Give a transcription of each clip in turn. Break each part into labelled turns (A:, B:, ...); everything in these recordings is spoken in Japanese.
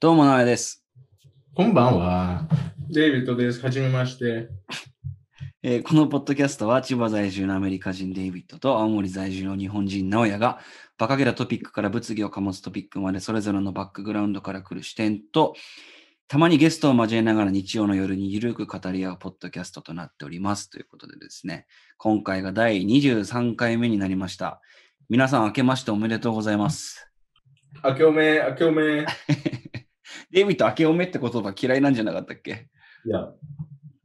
A: どうも、なおやです。
B: こんばんは。デイビッドです。はじめまして。
A: えーこのポッドキャストは千葉在住のアメリカ人デイビッドと青森在住の日本人直哉がバカげたトピックから物議を醸すトピックまでそれぞれのバックグラウンドから来る視点とたまにゲストを交えながら日曜の夜にゆるく語り合うポッドキャストとなっておりますということでですね今回が第23回目になりました皆さん明けましておめでとうございます
B: あけおめ、あけおめ。い
A: デイビッド明けおめって言葉嫌いなんじゃなかったっけ
B: や、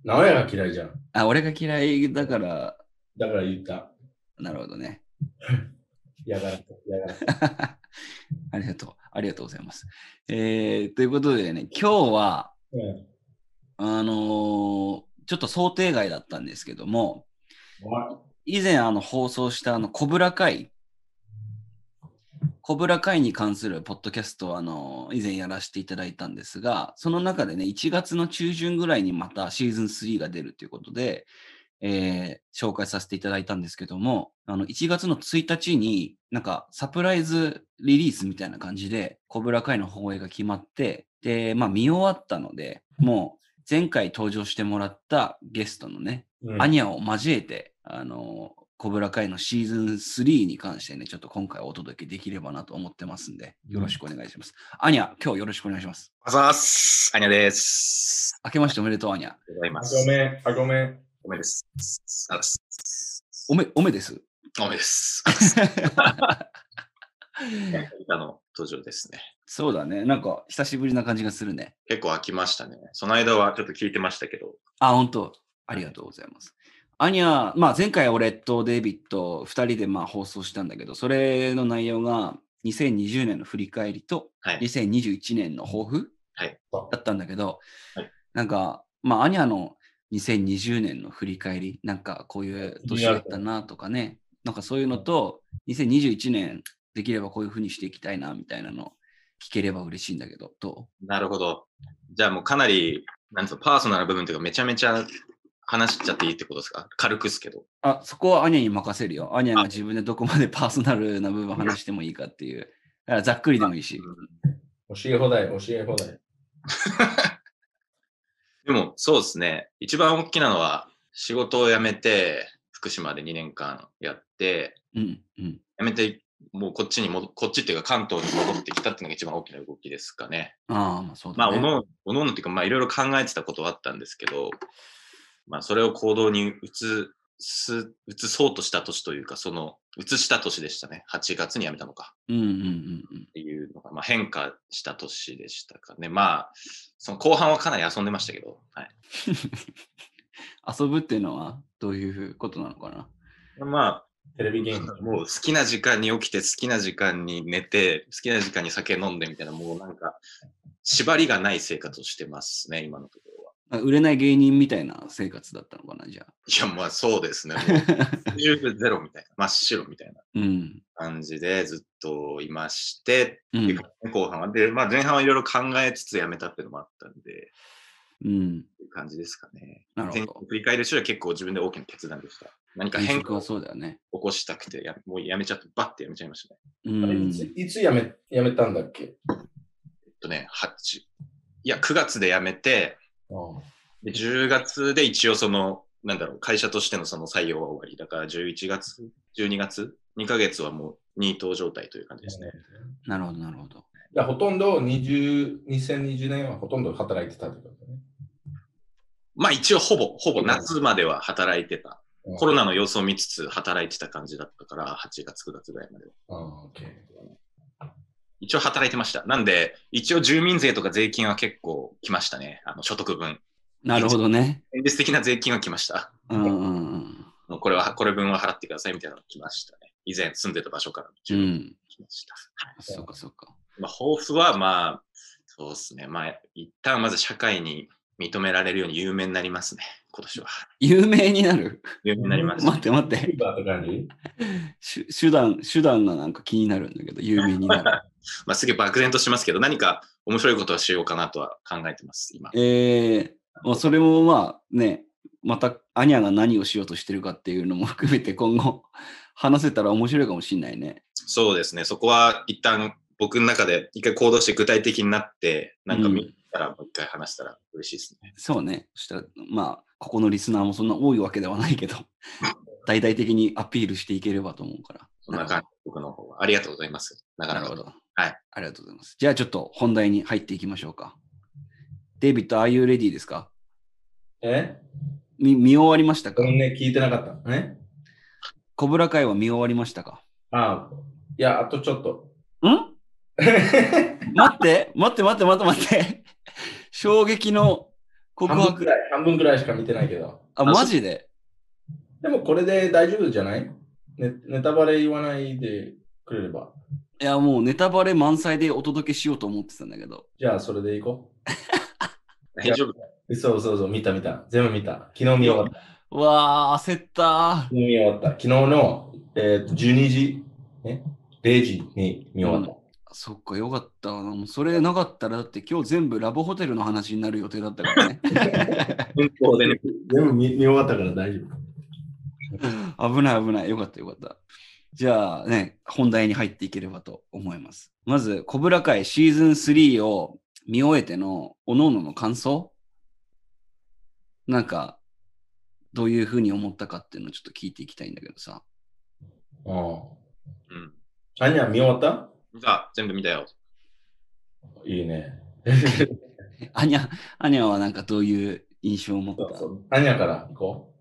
B: 名やが嫌いじゃん。
A: あ俺が嫌いだから
B: だから言った。
A: なるほどね
B: やがらせ、やがらせ。
A: ありがとう。ありがとうございます。えーということでね、今日は、
B: うん
A: あのーちょっと想定外だったんですけども、
B: わ
A: 以前あの放送したあの、コブラ会、コブラ会に関するポッドキャストを、あのー以前やらせていただいたんですが、その中でね、1月の中旬ぐらいにまたシーズン3が出るということで、えー紹介させていただいたんですけども、あの、1月の1日に、なんか、サプライズリリースみたいな感じで、コブラ会の放映が決まって、で、まあ、見終わったので、もう、前回登場してもらったゲストのね、
B: うん
A: アニャを交えて、あの、コブラ会のシーズン3に関してね、ちょっと今回お届けできればなと思ってますんで、よろしくお願いします。アニャ、今日よろしくお願いします。
C: あざーす。アニャです。
A: 明けましておめでとう、アニャ。
C: ありがとうござ
B: あ
C: いま
B: けお
C: す。
B: め、あけおめ。
C: おめです。あざっす。
A: おめ、おめです。
C: おめです。歌の登場ですね。
A: そうだね。なんか、久しぶりな感じがするね。
C: 結構飽きましたね。その間はちょっと聞いてましたけど。
A: あ、本当ありがとうございます。アニャ、まあ、前回俺とデイビッド2人でまあ放送したんだけど、それの内容が2020年の振り返りと
C: はい。
A: 2021年の抱負、
C: はい
A: だったんだけど、
C: はい
A: なんか、まあ、アニャの2020年の振り返り、なんかこういう年だったなとかね、なんかそういうのと、2021年できればこういうふうにしていきたいなみたいなの聞ければ嬉しいんだけど、ど
C: なるほど。じゃあもうかなり、なんつうの、パーソナルな部分というかめちゃめちゃ話しちゃっていいってことですか軽くっすけど。
A: うあ、そこはアニャに任せるよ。アニャが
C: あ
A: 自分でどこまでパーソナルな部分話してもいいかっていう。だからざっくりでもいいし。
B: 教え放題、教え放題。
C: でもそうですね。一番大きなのは仕事を辞めて、福島で2年間やって、
A: うん、うん。
C: 辞めて、もうこっちに戻、こっちっていうか関東に戻ってきたっていうのが一番大きな動きですかね。
A: ああ、まあそう
C: まあ、
A: だ
C: お
A: ね。
C: のおのおのおのっていうか、まあ、いろいろ考えてたことはあったんですけど、まあ、それを行動に移す、移そうとした年というか、その、移した年でしたね。8月に辞めたのか
A: うん、うん、うんうん。
C: っていうのが、まあ、変化した年でしたかね。まあ、その後半はかなり遊んでましたけど、はい。
A: 遊ぶっていうのはどういうことなのかな
C: まあ、
B: テレビゲーム。
C: もう好きな時間に起きて、好きな時間に寝て、好きな時間に酒飲んでみたいな、もうなんか、縛りがない生活をしてますね、今のところは。
A: あ売れない芸人みたいな生活だったのかな、じゃあ。
C: いや、まあそうですね。もう、ゼロみたいな、真っ 白みたいな
A: うん。
C: 感じでずっといまして、
A: う
C: っていうんか。ね後半は。で、まあ前半はいろいろ考えつつやめたっていうのもあったんで、って
A: うん。
C: いう感じですかね。
A: なる
C: 前
A: ほど。
C: 振り返る人は結構自分で大きな決断でした。何か
A: 転
C: 変
A: 職
C: 化を
A: は
C: 起
A: そうだよね。
C: こしたくてや、もうやめちゃって、バッてやめちゃいましたね。
A: う
B: あれい
A: ん。
B: ついつやめやめたんだっけ
C: えっとね、8。いや、9月でやめて、
B: あ
C: で10月で一応その、なんだろう、会社としてのその採用は終わり。だから11月、12月、2ヶ月はもうニート状態という感じですね。
A: なるほど、なるほど。
B: じゃあほとんど20 2020年はほとんど働いてたってことね。
C: まあ一応ほぼ、ほぼ夏までは働いてた。
B: うん
C: コロナの様子を見つつ働いてた感じだったから、8月、9月ぐらいまでは。
B: ああ、オッケー。
C: 一応働いてました。なんで、一応住民税とか税金は結構来ましたね。あの所得分。
A: なるほどね。
C: 現実的な税金は来ました。
A: うんうんうん。
C: もうこれは、これ分は払ってくださいみたいなのが来ましたね。以前住んでた場所からの
A: う
C: 住民
A: ん。
C: 来ました。
A: そうか、そうか。
C: まあ、抱負は、まあ、そうですね。まあ、一旦まず社会に認められるように有名になりますね。今年は。
A: 有名になる
C: 有名になります。
A: 待って待って。
B: キューバーって感じ
A: 手手段、手段がなんか気になるんだけど、有名になる。
C: まあ、すげえ漠然としますけど、何か面白いことをしようかなとは考えてます、今。
A: ええまあそれもまあね、またアニャが何をしようとしてるかっていうのも含めて今後話せたら面白いかもしんないね。
C: そうですね、そこは一旦僕の中で一回行動して具体的になって、なんか見たら、もう一回話したら嬉しいですね。
A: そうね。そしたら、まあ、ここのリスナーもそんな多いわけではないけど、大々的にアピールしていければと思うから。
C: そんな感じ、僕の方は。ありがとうございます。なか
A: な
C: な
A: る
C: か
A: ほ。ど。
C: はい。
A: ありがとうございます。じゃあちょっと本題に入っていきましょうか。デイビッド、Are you ready ですか
B: え
A: 見見終わりましたか
B: ごめんね、聞いてなかった。ね
A: コブラ会は見終わりましたか
B: ああ、いや、あとちょっと。
A: ん待って待って待って待って待って。衝撃の告
B: 半分
A: 白
B: く。らい、半分くらいしか見てないけど。
A: あ、マジで
B: でもこれで大丈夫じゃないネネタバレ言わないでくれれば。
A: いや、もうネタバレ満載でお届けしようと思ってたんだけど。
B: じゃあ、それでいこ
C: 大丈夫
B: う。そうそうそう、見た見た。全部見た。昨日見終わった。
A: うわー、焦った
B: 昨日見終わった。昨日の、えーと12時、ね、0時に見終わった。
A: そっか、よかったわもうそれなかったら、だって今日全部ラブホテルの話になる予定だったからね。
C: 文法でね。
B: 全部見見終わったから大丈夫。
A: 危ない危ない。よかったよかった。じゃあね、本題に入っていければと思います。まず、コブラ会シーズン3を見終えての、おののの感想なんか、どういうふうに思ったかっていうのをちょっと聞いていきたいんだけどさ。
B: あ
C: うん。
B: あ。アニャ見終わった
C: じゃあ、全部見たよ。
B: いいね。
A: アニャ、アニャはなんかどういう印象を持っ
B: そう
A: た
B: そうアニャから行こ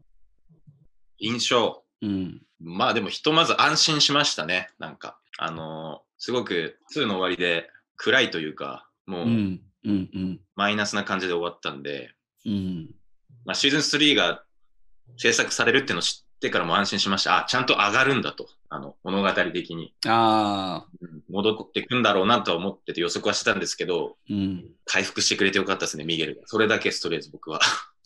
C: 印象。
A: うん。
C: まあでも、ひとまず安心しましたね。なんか、あのーすごく2の終わりで暗いというか、
A: う。
C: もうん
A: うん。うん。
C: マイナスな感じで終わったんで、
A: うん。
C: まあ、シーズン3が制作されるっていうのを知ってからも安心しました。あ、ちゃんと上がるんだと。あの、物語的に。
A: ああ。
C: うん戻ってくんだろうなとは思ってて予測はしてたんですけど、
A: うん。
C: 回復してくれてよかったですね、ミゲルが。それだけストレート僕は。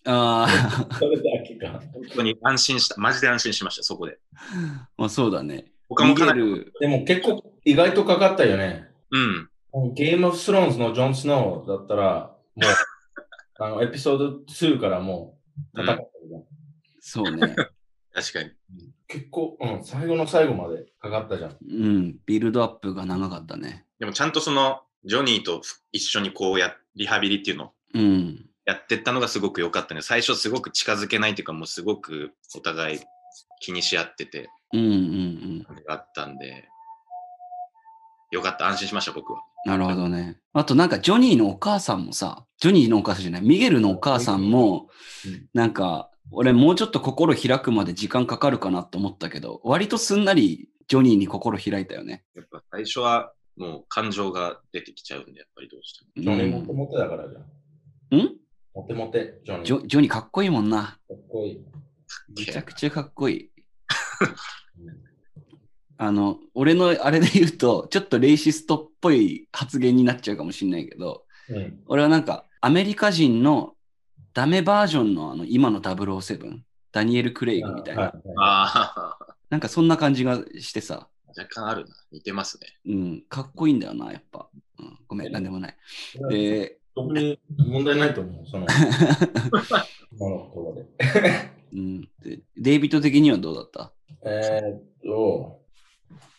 A: ああ。
B: う。それだけか。
C: 本当に安心した。マジで安心しました、そこで。
A: まあそうだね。
C: 他もかなり。
A: 逃げる
B: でも結構意外とかかったよね。
C: うん。
B: ゲームオブスローンズのジョン・スノーだったら、もう、 あの、エピソード2からもう、戦ってるね、
A: そうね。
C: 確かに。
B: 結構、うん、最後の最後までかかったじゃん。
A: うん、ビルドアップが長かったね。
C: でもちゃんとその、ジョニーと一緒にこうや、リハビリっていうのを
A: うん、
C: やってったのがすごく良かったね。最初すごく近づけないというか、もうすごくお互い気にし合ってて。
A: うん、うん、うん。
C: があったんで、よかった、安心しました、僕は。
A: なるほどね。あとなんかジョニーのお母さんもさ、ジョニーのお母さんじゃない、ミゲルのお母さんも
B: うん、
A: なんか、俺もうちょっと心開くまで時間かかるかなと思ったけど、割とすんなりジョニーに心開いたよね。
C: やっぱ最初はもう感情が出てきちゃうんで、やっぱりどうしても。
B: ジョニーモテ
A: う
B: モテだからじゃん。
A: んん
B: モテモテ、ジョニー。
A: ジ
B: か
A: ョジョニーかっこいいもんな。
B: っこいい。
A: めちゃくちゃかっこいい。あの、俺のあれで言うと、ちょっとレイシストっぽい発言になっちゃうかもしれないけど、
B: うん。
A: 俺はなんかアメリカ人のダメバージョンのあの今の007ダニエル・クレイグみたいな、
B: は
C: ああ、
A: なんかそんな感じがしてさ、
C: 若干あるな。似てますね。
A: うん、かっこいいんだよなやっぱ、うん、ごめんなんでもない
B: いはい。
A: で、
B: 特に問題ないと思う、そ の、今の言葉で。
A: うん、でデイビッド的にはどうだった
B: えーっと、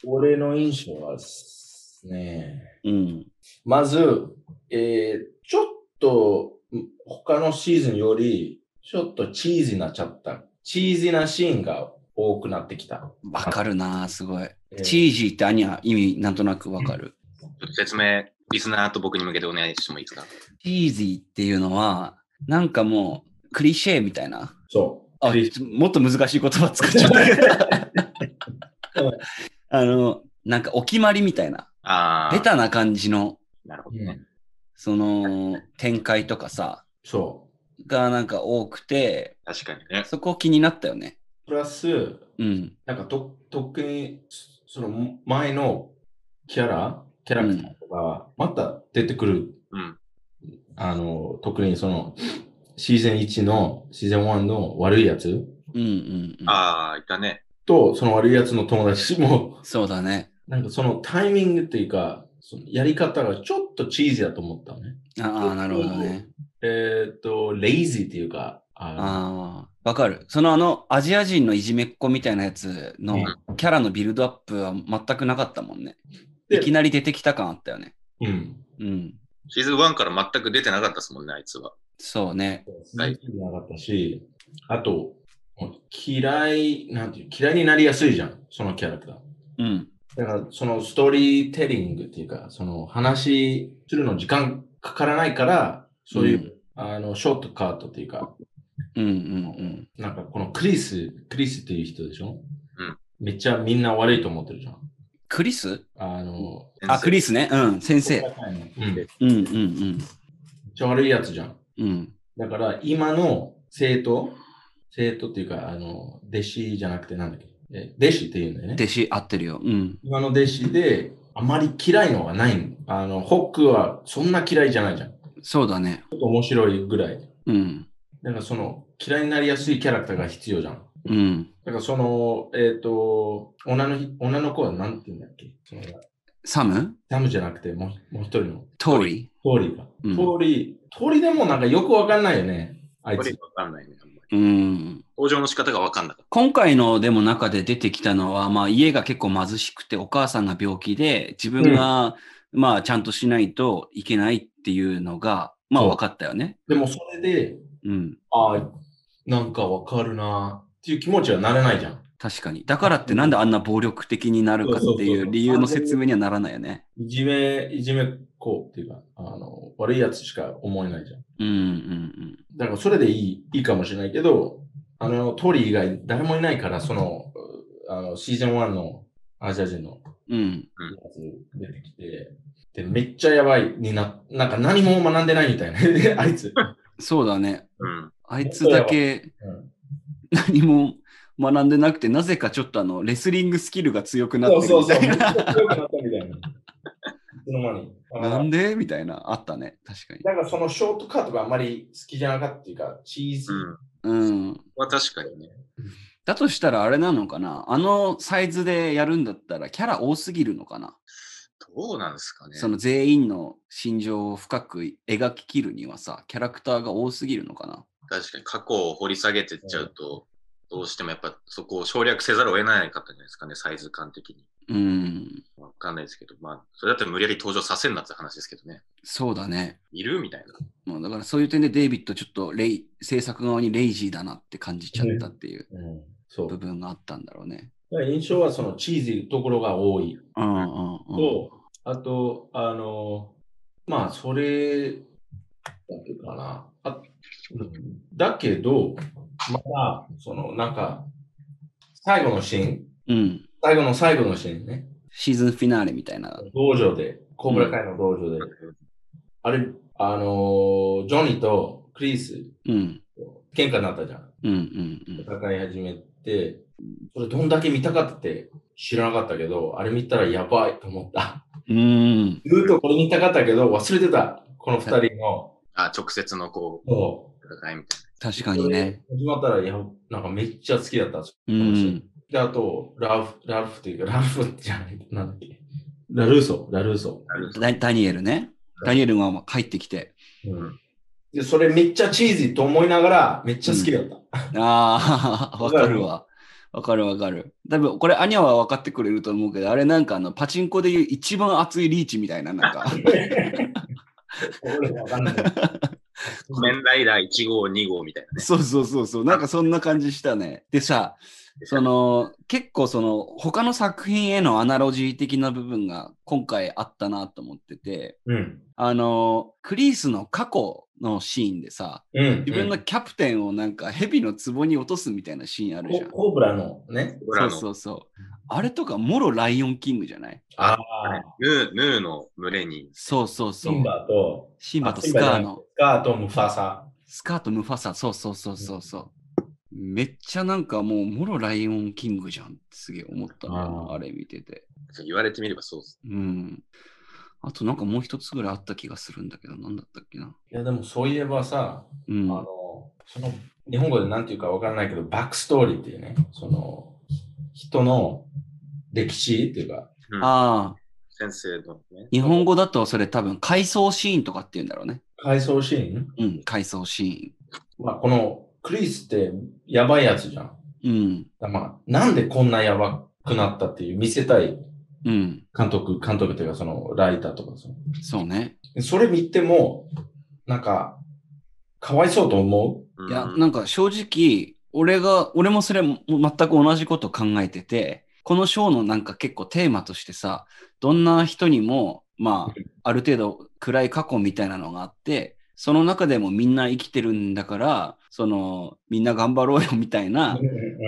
B: 俺の印象はですね、
A: うん
B: まず、えーちょっと、ん他のシーズンより、ちょっとチーズになっちゃった。チーズなシーンが多くなってきた。
A: わかるなすごい、
B: えー
A: チージーってアニャ意味なんとなくわかる、
C: ちょっと説明、リスナーと僕に向けてお願いしてもいいですか
A: チージーっていうのはなんかもうクリシェみたいな
B: そ
A: あ
B: クリ
A: ちょもっと難しい言葉使っちゃったけど
B: うん
A: あのなんかお決まりみたいな
C: ああ、
A: ベタな感じの
C: なるほ
B: う。
C: どね。
A: その展開とかさ
B: そ
A: がなんか多くて
C: 確かにね。
A: そこ気になったよね
B: う。プラス、
A: うん
B: なんかと、とっくに、そその前のキャラ、キャラクターが、また出てくる。
C: うん。
B: あの、特にその、シーズン1の、シーズン1の悪いやつ
A: うんうんうん
C: ああ、いたね。
B: と、その悪いやつの友達も、
A: そうだね
B: なんかそのタイミングっていうか、そのやり方がちょっとチーズだと思ったのね。
A: ああなるほどね
B: えーっと、レイジーっていうか、あ
A: ああわかるそのあのアジア人のいじめっ子みたいなやつの
B: う
A: キャラのビルドアップは全くなかったもんねいきなり出てきた感あったよね。
B: うん。
A: うん。
C: シーズン1から全く出てなかったですもんね、あいつは。
A: そうね。
C: はい
B: 続きもなかったし、あと、嫌い、なんていう、嫌いになりやすいじゃん、そのキャラクター。
A: うん。
B: だから、そのストーリーテリングっていうか、その話するの時間かからないから、そういう、あの、ショートカットっていうか、
A: うんうん
B: なんかこのクリス、クリスっていう人でしょ
C: うん。
B: めっちゃみんな悪いと思ってるじゃん。
A: クリス
B: あの、
A: あ、クリスね。うん、先生。
B: うん。めっ
A: うんうん
B: ちゃ悪いやつじゃん。
A: うん。うん。
B: だから、今の生徒、生徒っていうか、あの、弟子じゃなくてなんだっけえ弟子っていうんだよね。
A: 弟子合ってるよ。うん。
B: 今の弟子で、あまり嫌いのはないのあの、ホックはそんな嫌いじゃないじゃん。ち
A: そうだね。
B: ょっと面白いぐらい。
A: うん。
B: だからその、嫌いになりやすいキャラクターが必要じゃん。
A: うん。
B: だからその、えっ、と、女のひ、女の子はなんて言うんだっけその
A: サム
B: ダムじゃなくて、もう、もう一人の、
A: トーリ
B: トーリーが。
A: うん
B: トーリー、トーリーでもなんかよくわかんないよね。あい
C: これ
B: つ。
C: わかんないね、あんまり。
A: ーうん。
C: 登場の仕方がわかんなかっ
A: 今回のでも中で出てきたのは、まあ家が結構貧しくて、お母さんが病気で、自分が、まあちゃんとしないといけないっていうのが、まあ
B: そう
A: 分かったよね。
B: でもそれで、
A: うん。
B: ああ、なんかわかるなっていう気持ちはならないじゃん。
A: 確かに。だからってなんであんな暴力的になるかっていう理由の説明にはならないよね。
B: いじめ、いじめっ子っていうか、あの、悪いやつしか思えないじゃん。
A: うんうん
B: だからそれでいい、いいかもしれないけど、あの、トーリー以外誰もいないから、その、うあの、シーズン1のアジア人の
A: うん。うん。
B: やつ出てきて、で、めっちゃやばいにな、なんか何も学んでないみたいな、 であいつ。
A: そうだね。
C: た。うん。
A: あいつだけ
B: うん
A: 何も学んでなくて、なぜかちょっとあの、レスリングスキルが強くなってるみたい
B: めっ
A: な。
B: ちゃ 強くなったみたいな。いつの間に。
A: なんでみたいな、あったね。確かに。
B: だからそのショートカットがあんまり好きじゃなかったっていうか、チーズ。
C: うん。こ
A: うん。
C: こは確かにね。
A: だとしたらあれなのかなあのサイズでやるんだったらキャラ多すぎるのかな、
C: どうなんですかね。
A: その全員の心情を深く描ききるにはさ、キャラクターが多すぎるのかな
C: 確かに過去を掘り下げてっちゃうと、どうしてもやっぱそこを省略せざるを得ないかったんじゃないですかね、サイズ感的に。
A: うん。
C: わかんないですけど、まあ、それだったら無理やり登場させんなって話ですけどね。
A: そうだね。
C: いるみたいな。
A: まあ、だからそういう点でデイビッドちょっとレイ制作側にレイジーだなって感じちゃったっていう
B: うん、そう。だ
A: 部分があったんだろうね。
B: から印象はそのチーズいところが多い。
A: うんうんうん。
B: と、あと、あの、まあ、それだけかな。あうんだけど、まだ、その、なんか、最後のシーン、
A: うん。
B: 最後の最後のシーンね、
A: シーズンフィナーレみたいな。
B: 道場で、コブラ会の道場で、あれ、あの、ジョニーとクリス、
A: うん。
B: 喧嘩になったじゃん。
A: うんうんうん。
B: 戦い始めて、それどんだけ見たかったって知らなかったけど、あれ見たらやばいと思った。
A: うーん。
B: ずっとこれ見たかったけど、忘れてた。この二人の、
C: あ、直接のこ、
B: そう
C: 戦いみたい
A: 確かにね。
B: 始まったらや、なんかめっちゃ好きだったんです
A: う
B: よ
A: ん。
B: で、あと、ラフ、ラフっていうか、ラフじゃない、なんだっけ。ラルーソ、ラルーソ。
C: な。なるほど
A: ダダニエルね。ダニエルが帰ってきて。
B: うん。で、それめっちゃチーズィと思いながら、めっちゃ好きだった。
A: あ あ、わ
B: わかる
A: かるわ。わかるわかる。多分これ、アニャは分かってくれると思うけど、あれなんかあの、パチンコでいう一番熱いリーチみたいな、なん か。
B: 俺わかんない。
C: 仮面ライダー1号、2号みたいなね。
A: そうそうそうそう、なんかそんな感じしたね。でさ、その、結構その、他の作品へのアナロジー的な部分が今回あったなと思ってて、
B: うん。
A: あの、クリースの過去のシーンでさ、
B: うん。
A: 自分のキャプテンをなんか蛇の壺に落とすみたいなシーンあるじゃん
B: コ。コブラのね。
C: 僕らの
A: そうそうそう。あれとか、もろライオンキングじゃない
B: あ
C: ね
B: あ、
C: ヌー、ヌーの群れに、
A: そうそうそ
B: シ
A: う。
B: ンバと、
A: シンバと
B: あシ
A: ス
B: ンバ
A: カ
B: じゃ
A: ー
B: ない
A: の、
B: スカーとムファサ。
A: スカーとムファサ、そうそうそうそうそう。めっちゃなんかもう、もろライオンキングじゃんってすげえ思ったな、
B: あー
A: あれ見てて。
C: 言われてみればそうです。
A: うん。あとなんかもう一つぐらいあった気がするんだけど、なんだったっけな。
B: いや、でもそういえばさ、
A: う
B: あ
A: ん。
B: の、その、日本語で何て言うかわからないけど、バックストーリーっていうね、その、人の歴史っていうか、
C: うん、
A: ああ、
C: 先生のね。
A: 日本語だとそれ多分回想シーンとかって言うんだろうね。
B: 回想シーン
A: うん、回想シ
B: まあ、この、クリスってやばいやつじゃん。
A: ーン。
B: だまあ、なんでこんなやばくなったっていう見せたい。
A: うん。うん。
B: 監督、監督というか、その、ライターとかその
A: そうね。
B: でそれ見ても、なんか、かわいそうと思。
A: いや、
C: うん
A: なんか正直、俺が、俺もそれも全く同じこと考えてて、このショーのなんか結構テーマとしてさ、どんな人にも、まあ、ある程度暗い過去みたいなのがあって、その中でもみんな生きてるんだから、その、みんな頑張ろうよみたいうな
B: う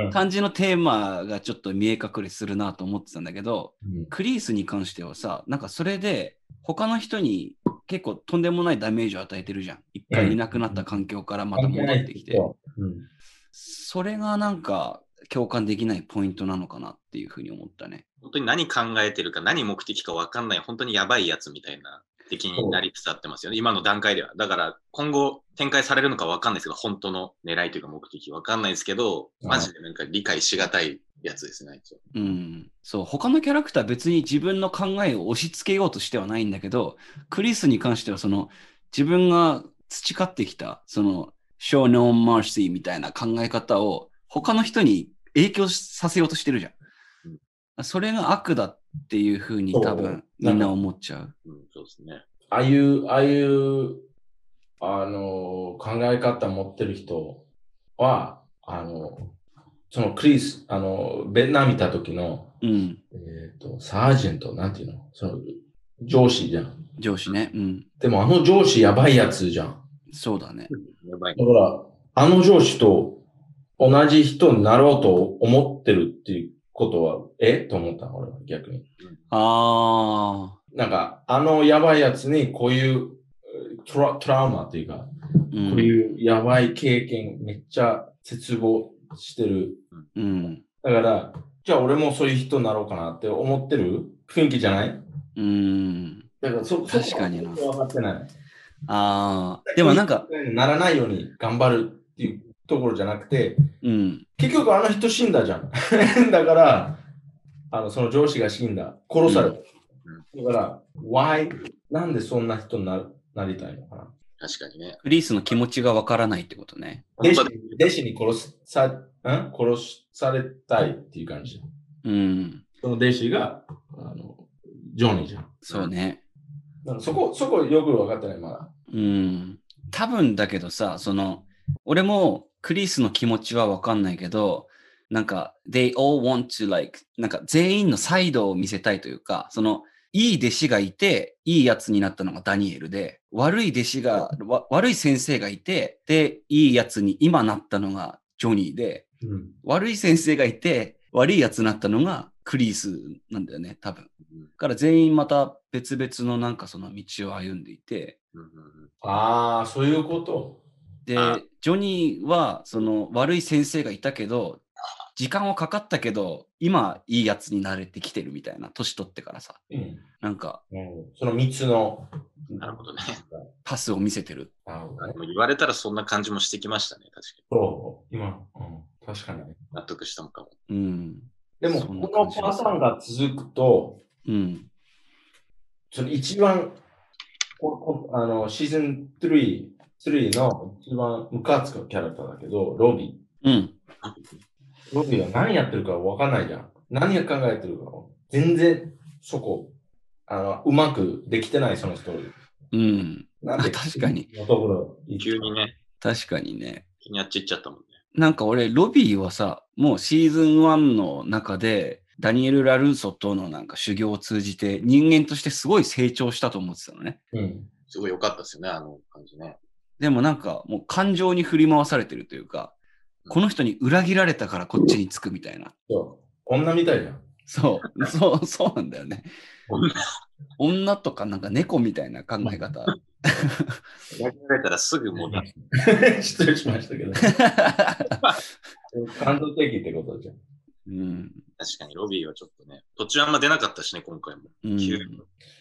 B: ん
A: 感じのテーマがちょっと見え隠れするなと思ってたんだけど、
B: うん
A: クリースに関してはさ、なんかそれで他の人に結構とんでもないダメージを与えてるじゃん。一回いなくなった環境からまた戻ってきて。
B: うん
A: それがなんか共感できないポイントなのかなっていうふうに思ったね。
C: 本当に何考えてるか何目的か分かんない本当にやばいやつみたいな敵になりつつあってますよね今の段階ではだから今後展開されるのか分かんないですけど本当の狙いというか目的分かんないですけど
B: うん
C: マジでなんか理解しがたいやつですね
A: うん。そう、他のキャラクター別に自分の考えを押し付けようとしてはないんだけど、クリスに関してはその自分が培ってきた、その、show no mercy みたいな考え方を他の人に影響させようとしてるじゃん。それが悪だっていうふうに多分
B: そう
A: みんな思っちゃう。
C: うんそうですね
B: ああいう、ああいう、あの、考え方持ってる人は、あの、そのクリス、あの、ベトナム見た時の、
A: うん。
B: えっ、と、サージェント、なんていうのその、上司じゃん。
A: 上司ね。うん。
B: でもあの上司やばいやつじゃん。
A: そうだね。
C: やばい
B: だから、あの上司と同じ人になろうと思ってるっていうことは、えと思った、俺は逆に。
A: ああ。
B: なんか、あのやばいやつにこういうえートラトラウマっていうか、
A: う。
B: こうんいうやばい経験、めっちゃ絶望してる。
A: うん。
B: だから、じゃあ俺もそういう人になろうかなって思ってる雰囲気じゃない
A: うん。
B: だからそ、
A: 確かにな
B: そこは分かってない。
A: ああ、でもなんか、
B: ならないように頑張るっていうところじゃなくて、
A: うん、
B: 結局あの人死んだじゃん。 だから、あの、その上司が死んだ。殺された。だから、why? なんでそんな人になるなりたいのかな
C: 確かにね
A: クリースの気持ちがわからないってことね。
B: 弟子
C: 本当
B: に弟子に殺さ、ん殺されたいっていう感じ。
A: うん、
B: その弟子が、あの、ジョニーじゃん。
A: そうね。
B: だからそこ、そこよく分かってない、まだ。
A: うん、多分だけどさ、その、俺もクリースの気持ちはわかんないけど、なんか、they all want to like, なんか全員のサイドを見せたいというか、その、いい弟子がいて、いいやつになったのがダニエルで、悪い弟子が、わ悪い先生がいて、で、いいやつに今なったのがジョニーで、
B: うん。
A: 悪い先生がいて、悪いやつになったのがクリースなんだよね、多分。だから全員また別々のなんかその道を歩んでいて、
C: うんうんうん
B: ああ、そういうこと。
A: で
C: あ、
A: ジョニーはその悪い先生がいたけど、時間はかかったけど、今いいやつになれてきてるみたいな、年取ってからさ、
B: うん。
A: なんか
B: その3つの。
C: なるほどね
A: パスを見せてる。
B: なるほどね
C: でも言われたらそんな感じもしてきましたね確かに
B: そう、今、うん、確かに。
C: 納得したのかも
A: うん。
B: でも、
A: そ
B: こ
A: んな
B: の
A: 感じ
B: パターンが続くと、
A: うん。
B: その一番、ここあのシーズン3、3の一番ムカつくキャラクターだけど、ロビー。
A: うん。
B: ロビーは何やってるか分かんないじゃん。何を考えてるか。全然、そこ、あの、うまくできてない、そのストーリー。
A: うん。
B: なん で
A: 確かに。
B: のところ行
C: 急
B: く
C: にね
A: 確かにね。
C: 気にあっち行っちゃったもんね
A: なんか俺、ロビーはさ、もうシーズン1の中で、ダニエル・ラルーソとのなんか修行を通じて、人間としてすごい成長したと思ってたのね。
B: うん。
C: すごい良かったですよねあの感じね
A: でもなんか、もう感情に振り回されてるというか、この人に裏切られたからこっちにつくみたいな。
B: そう。女みたいじゃん。
A: そう、 そう、そうなんだよね。
C: 女
A: 女とかなんか猫みたいな考え方。
C: やられたらすぐもうだ
B: 失礼しましたけど。感動的ってことじゃん。
A: うん。
C: 確かにロビーはちょっとね、途中あんま出なかったしね、今回も。
A: うん
C: 急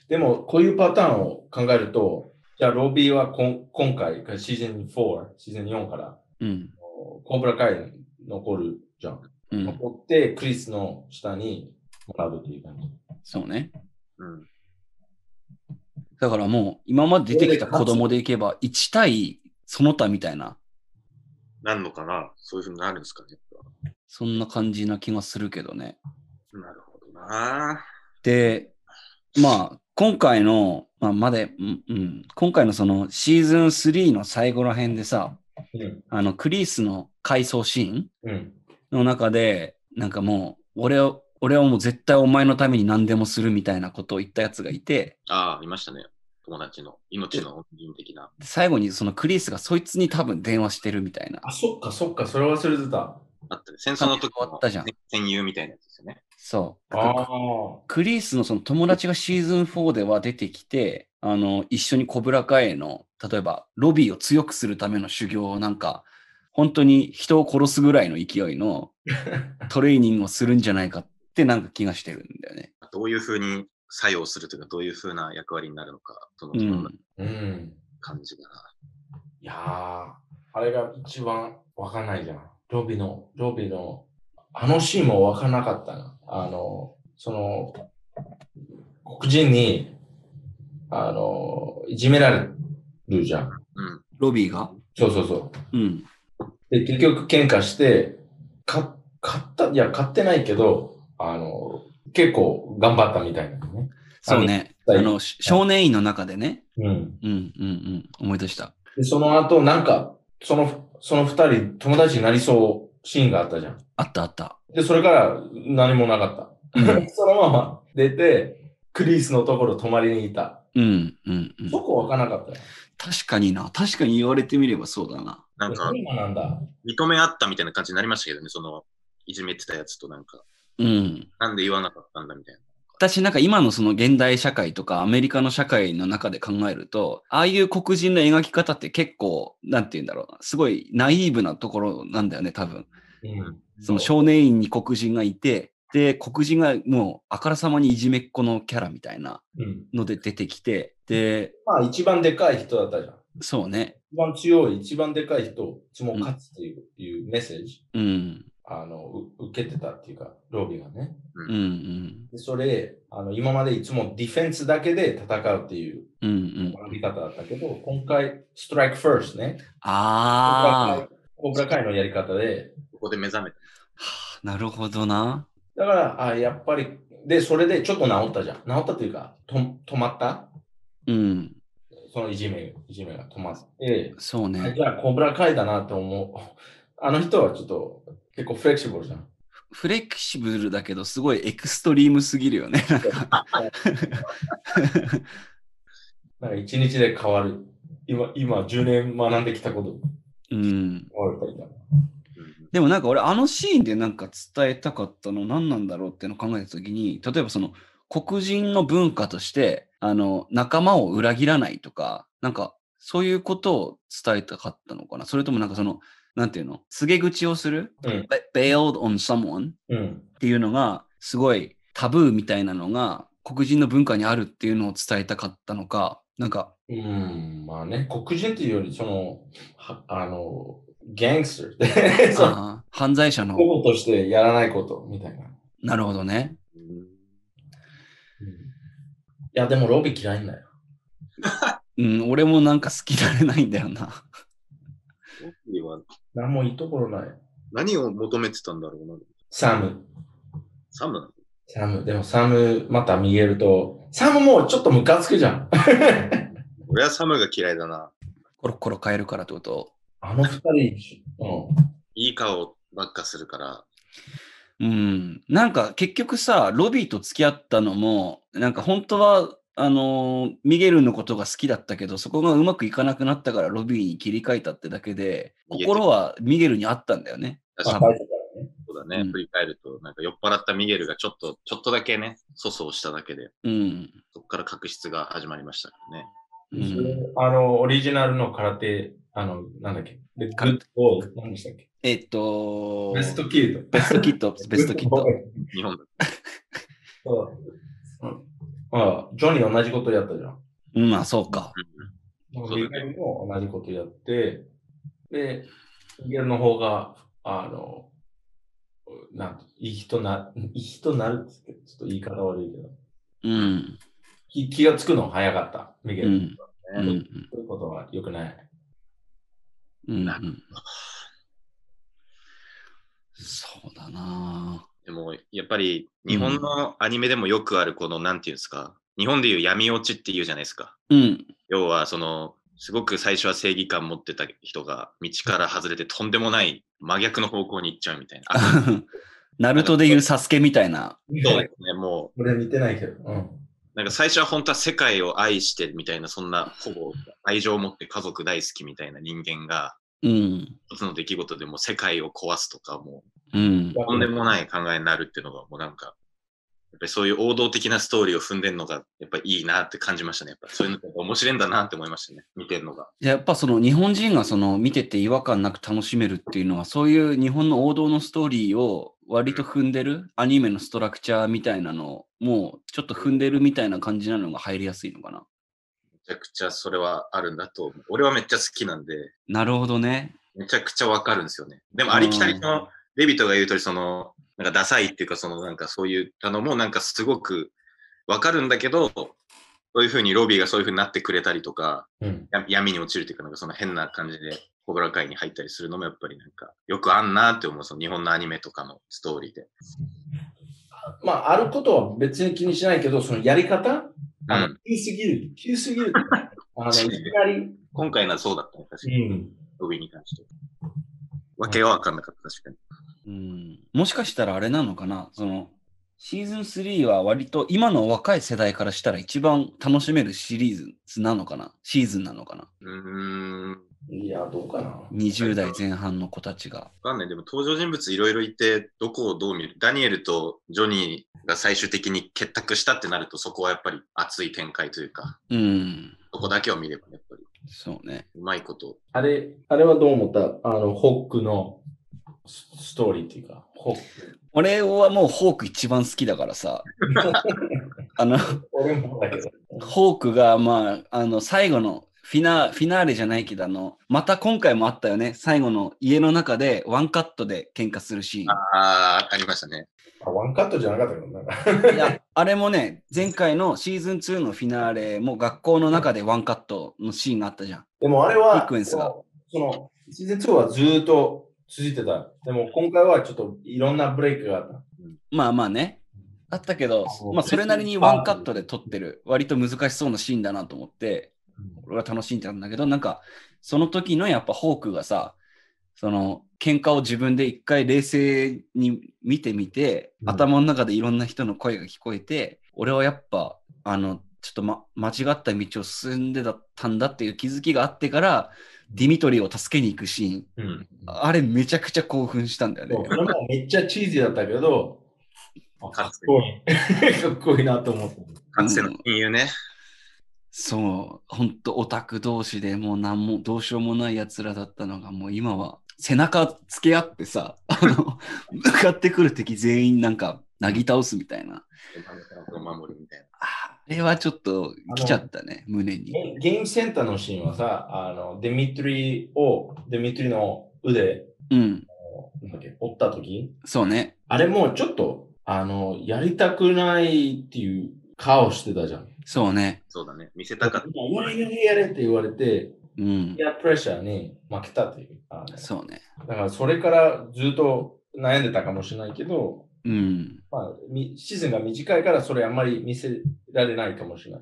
B: でも、こういうパターンを考えると、じゃあ、ロビーはこん今回、シーズン4、シーズン4から、
A: うん。
B: コーブラ会に残るじゃん。
A: うん。
B: 残って、クリスの下に並ぶっていう感じ。
A: そうね。
C: うん。
A: だからもう、今まで出てきた子供でいけば、1対その他みたいな。
C: なんのかなそういうふうになるんですかね。
A: そんな感じな気がするけどね。
C: なるほどな。
A: で、まあ、今回の、まあ、まで、うん、うん、今回のそのシーズン3の最後ら辺でさ、
B: うん。
A: あの、クリースの回想シーン
B: うん。
A: の中で、なんかもう、俺を、俺はもう絶対お前のために何でもするみたいなことを言ったやつがいて、
C: ああ、いましたね。友達の命の恩人的な。
A: で最後にそのクリースがそいつに多分電話してるみたいな。
B: あ、そっかそっか、それ忘れてた。
C: あったね。戦争の時
A: 終わ
C: の
A: ったじゃん
C: 戦友みたいなやつですよね。
A: そう。
B: ああ。
A: クリースのその友達がシーズン4では出てきて、あの、一緒に小倉会への、例えばロビーを強くするための修行をなんか、本当に人を殺すぐらいの勢い のトレーニングをするんじゃないかってなんか気がしてるんだよね。
C: どういうふうに作用するというか、どういうふうな役割になるのか、その
A: うん。
B: うん。
C: 感じがな。
B: いやー、あれが一番わかんないじゃん。ロビの、ロビの、あのシーンもわかんなかったな。あの、その、黒人に、あの、いじめられるじゃん。
C: うん。
A: ロビーが
B: そうそうそう。
A: うん。
B: で、結局喧嘩して、か、買った、いや、買ってないけど、あの、結構頑張ったみたいなね。
A: そうね。あ
B: はい
A: の、し少年院の中でね。
B: うん。
A: うんうんうん。思い出した。
B: で、その後、なんか、その、その二人、友達になりそうシーンがあったじゃん。
A: あったあった。
B: で、それから何もなか
A: う
B: っ
A: ん
B: た。そのまま出て、クリスのところ泊まりにいた。
A: うんうんうん。
B: そこわからなかったよ。
A: 確かにな。確かに言われてみればそうだな。
C: なんか、
B: 今なんだ。
C: 認め合ったみたいな感じになりましたけどね、その、いじめてたやつとなんか、
A: うん。
C: なんで言わなかったんだみたいな。
A: 私なんか今のその現代社会とかアメリカの社会の中で考えると、ああいう黒人の描き方って結構、なんて言うんだろうな、すごいナイーブなところなんだよね、多分。
B: うん。
A: その少年院に黒人がいて、で、黒人がもうあからさまにいじめっ子のキャラみたいな
B: うん。
A: ので出てきて、で、
B: まあ、一番でかい人だったじゃん。
A: そうね、
B: 一番強い、一番でかい人、いつも勝つという,、いうメッセージ、
A: うん、
B: あの、う受けてたっていうか、ロビーがね。
A: うん、うん、
B: で、それ、あの、今までいつもディフェンスだけで戦うっていう
A: うん、うん。
B: 学び方だったけど、今回、ストライクファーストね。
A: ああ、
B: コブラ会のやり方で、
C: ここで目覚めた。
A: はあなるほどな。
B: だから、あやっぱり、で、それでちょっと治ったじゃん。治ったというか、と止まった
A: うん、
B: そのいじめ、いじめが止まって、
A: そう
B: あ
A: ね。
B: じゃあ、コブラ会だなと思う。あの人はちょっと、結構フレキシブルじゃん。
A: フレキシブルだけど、すごいエクストリームすぎるよね。 なんか
B: なんか一日で変わる。今、今10年学んできたこと
A: うん。
B: 変わるから
C: うん
A: でもなんか俺あのシーンでなんか伝えたかったの何なんだろうっていうのを考えた時に例えばその黒人の文化としてあの仲間を裏切らないとかなんかそういうことを伝えたかったのかなそれともなんかそのなんていうの告げ口をする、
B: うん
A: Ba- bailed on someone
B: うん。
A: っていうのがすごいタブーみたいなのが黒人の文化にあるっていうのを伝えたかったのかなんか
B: うん、まあね、黒人っていうより、その、はあの、ギャングスターで、その、
A: あー犯罪者の
B: 保護としてやらないことみたいな。い
A: なるほどね
B: や、でもロビー嫌いんだよ。
A: うん俺もなんか好きられないんだよな
C: ロッキーは
B: 何もいいところない。
C: 何を求めてたんだろうな。
B: サム。
C: サムなの
B: サム。でもサム、また見えると、サムもうちょっとムカつくじゃん。
C: 俺はサムが嫌いだな。
A: コロコロ変えるからってこと
B: あの二人、うん。
C: いい顔ばっかするから、
A: うん。なんか結局さ、ロビーと付き合ったのも、なんか本当は、あのーミゲルのことが好きだったけど、そこがうまくいかなくなったからロビーに切り替えたってだけで、
C: 逃げて
A: 心はミゲルにあったんだよね。
C: 確
A: サ
C: か
A: ム
B: まあ
C: そうだね、
A: うん
C: 振り返ると、なんか酔っ払ったミゲルがちょっと、ちょっとだけね、粗相しただけで、
A: うん。
C: そこから確執が始まりましたからね。
A: う
B: それ
A: ん、
B: あの、オリジナルの空手、あの、なんだっけ、レッグッドボール、何でしたっけ
A: えっと、
B: ベストキッ
A: ベストキット、
B: ド。
A: ベストキット。
C: 日本だ
B: そう。うんまあ、ジョニー同じことやったじゃん。
A: うん、まあそうか。
B: なん
C: う
B: か
C: だ
B: ビ
C: ね
B: ルガリも同じことやって、で、ミゲルの方が、あの、なんていい人な、いい人なるっつって、ちょっと言い方悪いけど、
A: うん。
B: 気気がつくの早かった、ミゲ
A: う
B: ル。
A: ん。う。
C: うんん
B: そういうことは良くない。
A: うん。う、
C: なん
A: そうだなぁ
C: でも、やっぱり日本のアニメでもよくある、この、なんていうんですか、日本でいう闇落ちっていうじゃないですか。
A: うん。
C: 要は、その、すごく最初は正義感持ってた人が、道から外れてとんでもない真逆の方向に行っちゃう みたいな。あ
A: ナルトでいうサスケみたいな。
C: そう ですね、も
B: これ似てないけど。うん。
C: う、なんか最初は本当は世界を愛してみたいな、そんな、ほぼ愛情を持って家族大好きみたいな人間が、
A: うん。
C: 一つの出来事でもう世界を壊すとか、もう、
A: うん。
C: とんでもない考えになるっていうのが、もうなんか、やっぱりそういう王道的なストーリーを踏んでるのが、やっぱいいなって感じましたね。やっぱそういうのって面白いんだなって思いましたね。見てるのが。
A: やっぱその日本人がその見てて違和感なく楽しめるっていうのはそういう日本の王道のストーリーを割と踏んでるアニメのストラクチャーみたいなのをもうちょっと踏んでるみたいな感じなのが入りやすいのかな。
C: めちゃくちゃそれはあるんだと思う。俺はめっちゃ好きなんで、
A: なるほどね。
C: めちゃくちゃわかるんですよね。でもありきたりのデビットが言うとり、その、なんかダサいっていうか、そのなんかそういったのもなんかすごくわかるんだけど、そういうふうにロビーがそういうふうになってくれたりとか、
B: うん。
C: や闇に落ちるっていうか、なんかその変な感じで、コブラ会に入ったりするのもやっぱりなんか、よくあんなって思う、その日本のアニメとかのストーリーで。
B: まあ、あることは別に気にしないけど、そのやり方あの、
C: う
B: 急すぎる。急す ぎる。あの、いきなり。
C: 今回のはそうだったね、確かに。
B: うん。
C: ロビーに関して。わけがわかんなかった、確かに。
A: うん、もしかしたらあれなのかなそのシーズン3は割と今の若い世代からしたら一番楽しめるシリーズなのかなシーズンなのかな
C: うーん。わ
B: いや、どうかな。
A: 20代前半の子たちが。
C: かんない。でも登場人物いろいろいて、どこをどう見るダニエルとジョニーが最終的に結託したってなると、そこはやっぱり熱い展開というか、
A: うん。
C: そこだけを見れば、やっぱり、
A: そうね。
C: うまいこと。
B: あれ、あれはどう思ったあの、ホックのスストーリーっていうか、ホック。
A: 俺はもうホーク一番好きだからさ。あの、
B: 俺もだけど。
A: ホークが、まあ、あの、最後のフィナ、フィナーレじゃないけど、あの、また今回もあったよね。最後の家の中でワンカットで喧嘩するシーン。
C: ああ、ありましたね。
B: あワンカットじゃなかったけどな。
A: いや、あれもね、前回のシーズン2のフィナーレも学校の中でワンカットのシーンがあったじゃん。
B: でもあれは、
A: シークエンスが
B: その、シーズン2はずーっと続いてた。でも今回はちょっといろんなブレイクがあった。
A: まあまあね。あったけど
B: そ、う
A: まあそれなりにワンカットで撮ってる、割と難しそうなシーンだなと思って、俺は楽しんでたんだけど、なんか、その時のやっぱホークがさ、その、喧嘩を自分で一回冷静に見てみて、
B: うん
A: 頭の中でいろんな人の声が聞こえて、俺はやっぱ、あの、ちょっと、ま、間違った道を進んでたんだっていう気づきがあってから、ディミトリーを助けに行くシーン、
B: うん。
A: あれめちゃくちゃ興奮したんだよね
B: そう。それもめっちゃチーズだったけど、あ
C: かつて
B: いい。かっこいいなと思った。
C: かつての親友ね。
A: そう、本当オタク同士でもう何もどうしようもない奴らだったのが、もう今は背中つけ合ってさ、 あの、向かってくる敵全員なんか、なぎ倒すみたいな。
C: お守るみたいな。
A: あれはちょっと来ちゃったね、胸に。
B: ゲゲームセンターのシーンはさ、あの、デミトリを、デミトリの腕、
A: うん、
B: なんだっけ、折った時
A: そうね。
B: あれもちょっと、あの、やりたくないっていう顔してたじゃん。
A: そうね。
C: そうだね。見せたかった。
B: やれやれやれって言われて、
A: うん
B: い。や、プレッシャーに負けたという。あの
A: そうね。
B: だから、それからずっと悩んでたかもしれないけど、
A: うん。
B: まあ、みシーズンが短いから、それあんまり見せられないかもしれない。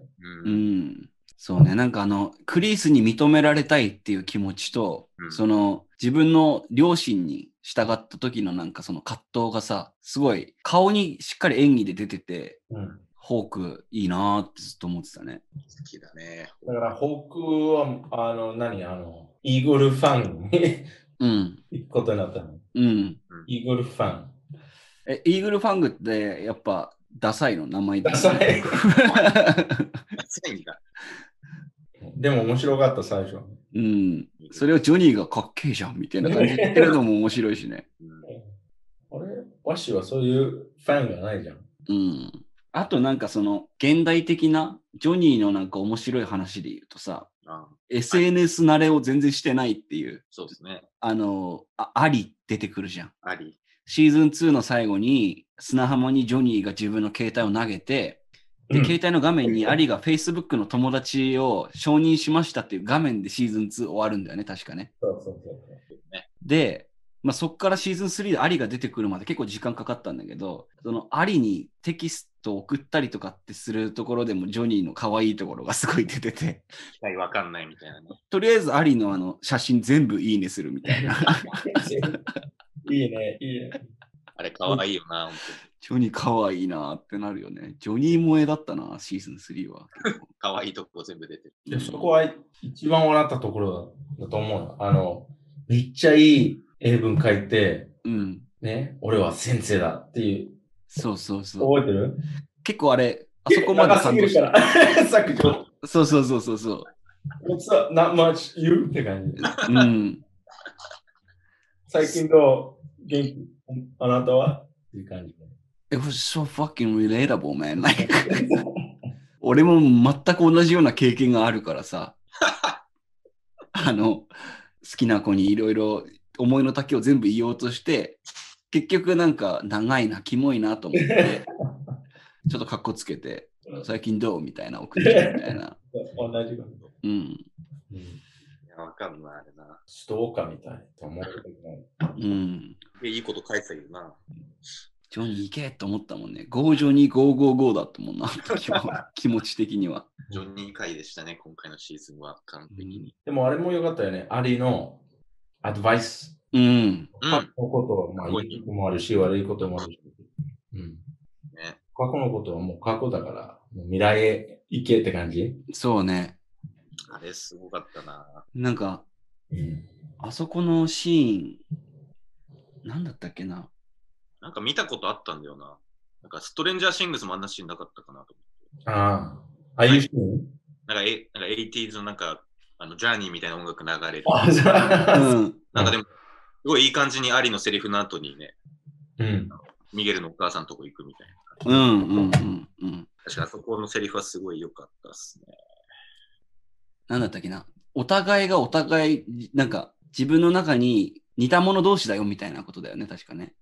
A: う
C: う。
A: んん。そうね。なんかあの、クリースに認められたいっていう気持ちと、
C: うん
A: その、自分の両親に従った時のなんかその葛藤がさ、すごい顔にしっかり演技で出てて、
B: うん、
A: ホークいいなーってずっと思ってたね。
C: 好きだね。
B: だから、ホークは、あの、何、あの、イーグルファンに
A: うん。
B: 行くことになったの。
A: うん。
B: イーグルファン。
A: え、イーグルファングってやっぱダサいの名前
B: ダサ
A: い。
B: い。
C: 安いんだ。
B: でも面白かった、最初。
A: うん。 それをジョニーがかっけえじゃんみたいな感じで言ってるのも面白いしね。
C: うん
B: 俺、ワシはそういうファンがないじゃん。
A: うん。あとなんかその現代的なジョニーのなんか面白い話で言うとさ、
C: あ
A: SNS 慣れを全然してないっていう、
C: そうですね。
A: あの、ああり出てくるじゃん。
C: あり。
A: シーズン2の最後に砂浜にジョニーが自分の携帯を投げて、で、
B: うん
A: 携帯の画面にアリが Facebook の友達を承認しましたっていう画面でシーズン2終わるんだよね、確かね。
B: そうそうそう。
A: で、まあ、そこからシーズン3でアリが出てくるまで結構時間かかったんだけど、そのアリにテキストを送ったりとかってするところでもジョニーの可愛いところがすごい出てて、
C: 機械わかんないみたいなね。
A: とりあえずアリのあの写真全部いいねするみ たいな。
B: いいね、いいね。
C: あれかわいいよな、本
A: ジョニー可愛いなってなるよね。ジョニー萌えだったな、シーズン3は。結構
C: 当に。かわいいとこ全部出てる。
B: でそこは一番笑ったところだと思うよ。あの、めっちゃいい英文書いて、
A: うん。
B: ね、俺は先生だっていう。
A: そうそうそう。
B: 覚えてる
A: 結構あれ、あそこまで
B: 長す
A: 感
B: ぎ
A: 動
B: る
A: し
B: か
A: た。
B: ら。削除。
A: そうそうそうそうそう。
B: What's up? Not much you? って感じ。
A: うん。
B: 最近どう元気あなたはっていう感じ。
A: It was so fucking relatable, man. Like, 俺も全く同じような経験があるからさ。あの、好きな子にいろいろ思いの丈を全部言おうとして、結局なんか長いな、キモいなと思って、ちょっとかっこつけて、最近どうみたいな送っちゃうみたいな。
B: 同じ感じ。
A: うん。
C: いや、わかんない、あれな。
B: ストーカーみたいと思うけどね。
A: うん。
C: でいいこと書いてたけどな。
A: ジョニー行けと思ったもんね。ゴージョニー555だったもんな、気持気持ち的には。
C: ジョニー回でしたね、今回のシーズンは完璧に。
B: でもあれも良かったよね。アリのアドバイス。
A: うん。
C: うん。
B: 過去のことは、まあ、いいこともあるし、悪いこともあるし。うん。
C: ね、
B: 過去のことはもう過去だから、もう未来へ行けって感じ。
A: そうね。
C: あれすごかったな。
A: なんか、
B: うん。
A: あそこのシーン、なんだったっけな。
C: なんか見たことあったんだよな。なんかストレンジャーシングスもあんなシーンなかったかなと思って。
B: ああ。ああいうシーン
C: なんか、えなんか 80s のなんか、あのジャーニーみたいな音楽流れる。
B: あじ
A: う
B: ゃあ。
A: ん。
C: なんかでも、すごいいい感じにアリのセリフの後にね、
B: うん。
C: ミゲルのお母さんのとこ行くみたいな。
A: うんうんうんうん。
C: 確かにあそこのセリフはすごい良かったっすね。
A: なんだったっけな。お互いがお互い、なんか自分の中に似た者同士だよみたいなことだよね、確かね。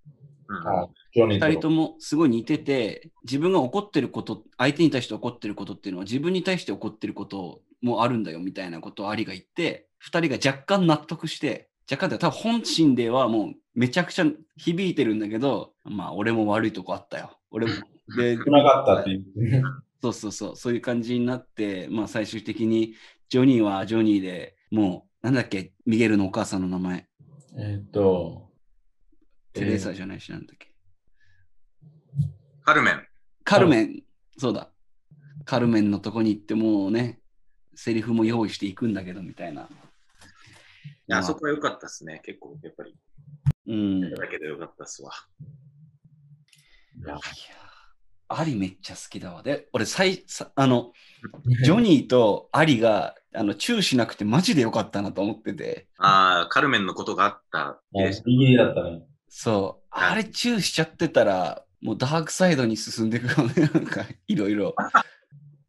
C: うん。
B: あジョニ
A: 二
B: ー
A: 人ともすごい似てて、自分が怒ってること、相手に対して怒ってることっていうのは自分に対して怒ってることもあるんだよみたいなことをアリが言って、二人が若干納得して、若干で多分本心ではもうめちゃくちゃ響いてるんだけど、まあ俺も悪いとこあったよ。俺も。で、
B: 少なかったっていう。
A: そうそうそう、そういう感じになって、まあ最終的にジョニーはジョニーでもう、なんだっけ、ミゲルのお母さんの名前、
B: えっと、
A: テレサ
B: えー
A: じゃないし、なんだっけ。
C: カルメン。
A: カルメン、そうだ。カルメンのとこに行ってもうね、セリフも用意していくんだけどみたいな。
C: いやあそこは良かったっすね。結構、やっぱり、
A: うん。いや
C: だけど良かったっすわ。
A: アリめっちゃ好きだわ。で、俺最、さあの、ジョニーとアリが、あの、チューしなくてマジでよかったなと思ってて、
C: ああ、カルメンのことがあった日
B: もう
C: でし
B: ギ
C: た。
B: リギリだったね。
A: そう、あれチューしちゃってたら、もうダークサイドに進んでいくよね、なんか、いろいろ。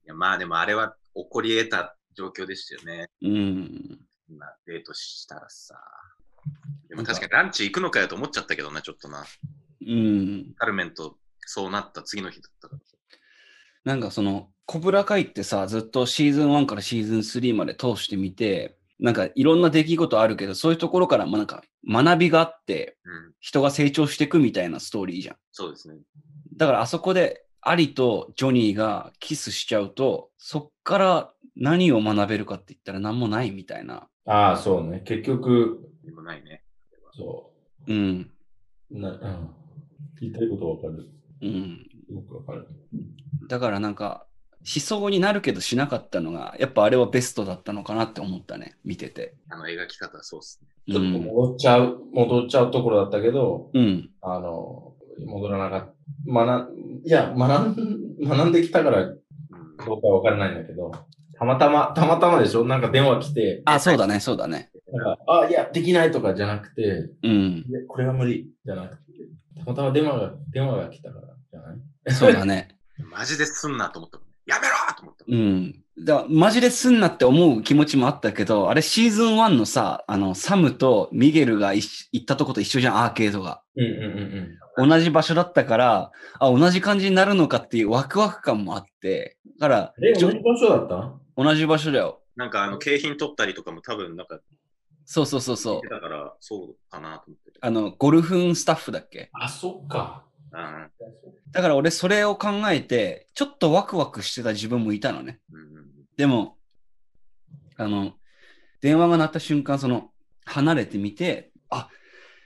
C: いやまあでもあれは起こり得た状況でしたよね。
A: うん。
C: 今デートしたらさ。でも確かにランチ行くのかよと思っちゃったけどな、ちょっとな。
A: うん。
C: カルメンとそうなった次の日だったから。
A: なんかその、コブラ会ってさ、ずっとシーズン1からシーズン3まで通してみて、なんかいろんな出来事あるけど、そういうところから、まあ、なんか学びがあって、
C: うん、
A: 人が成長していくみたいなストーリーじゃん。
C: そうですね。
A: だからあそこで、アリとジョニーがキスしちゃうと、そっから何を学べるかって言ったら何もないみたいな。
B: ああ、そうね。結局、
C: でもないね。
B: そ
A: うん。
B: う。なうん、言いたいことわかる。
A: うん。
B: よくわかる。
A: だからなんか、思想になるけどしなかったのが、やっぱあれはベストだったのかなって思ったね、見てて。
C: あの描き方はそうですね。
B: ちょっと戻っちゃう、戻っちゃうところだったけど、
A: うん。うん
B: あの、戻らなかった。学ん、いや、学ん、学んできたからど
C: うん、
B: うかわからないんだけど、たまたま、たまたまでしょなんか電話来て、
A: あ、そうだね、そうだね。
B: なんか、あ、いや、できないとかじゃなくて、
A: うん。
B: いやこれは無理じゃなくて、たまたま電話が、電話が来たからじゃない
A: そうだ ね。
C: マジですんなと思ったもんね。やめろと思ったもん。
A: うん。だからマジですんなって思う気持ちもあったけど、あれシーズン1のさ、あの、サムとミゲルが一緒行ったとこと一緒じゃん、アーケードが。
B: うんうんうんうん。
A: 同じ場所だったから、あ、同じ感じになるのかっていうワクワク感もあって、だから、
B: え、
A: ち
B: 同
A: ょ
B: じ場所だった
A: 同じ場所だよ。
C: なんかあの景品取ったりとかも多分なんか
A: そうそうそう
C: 言っ
A: そ
C: てたからそうかなと思って。
A: う。あの、ゴルフンスタッフだっけ
B: あ、そっか。
C: うん
A: だから俺それを考えて、ちょっとワクワクしてた自分もいたのね。
C: うん
A: でも、あの、電話が鳴った瞬間、その、離れてみて、あ、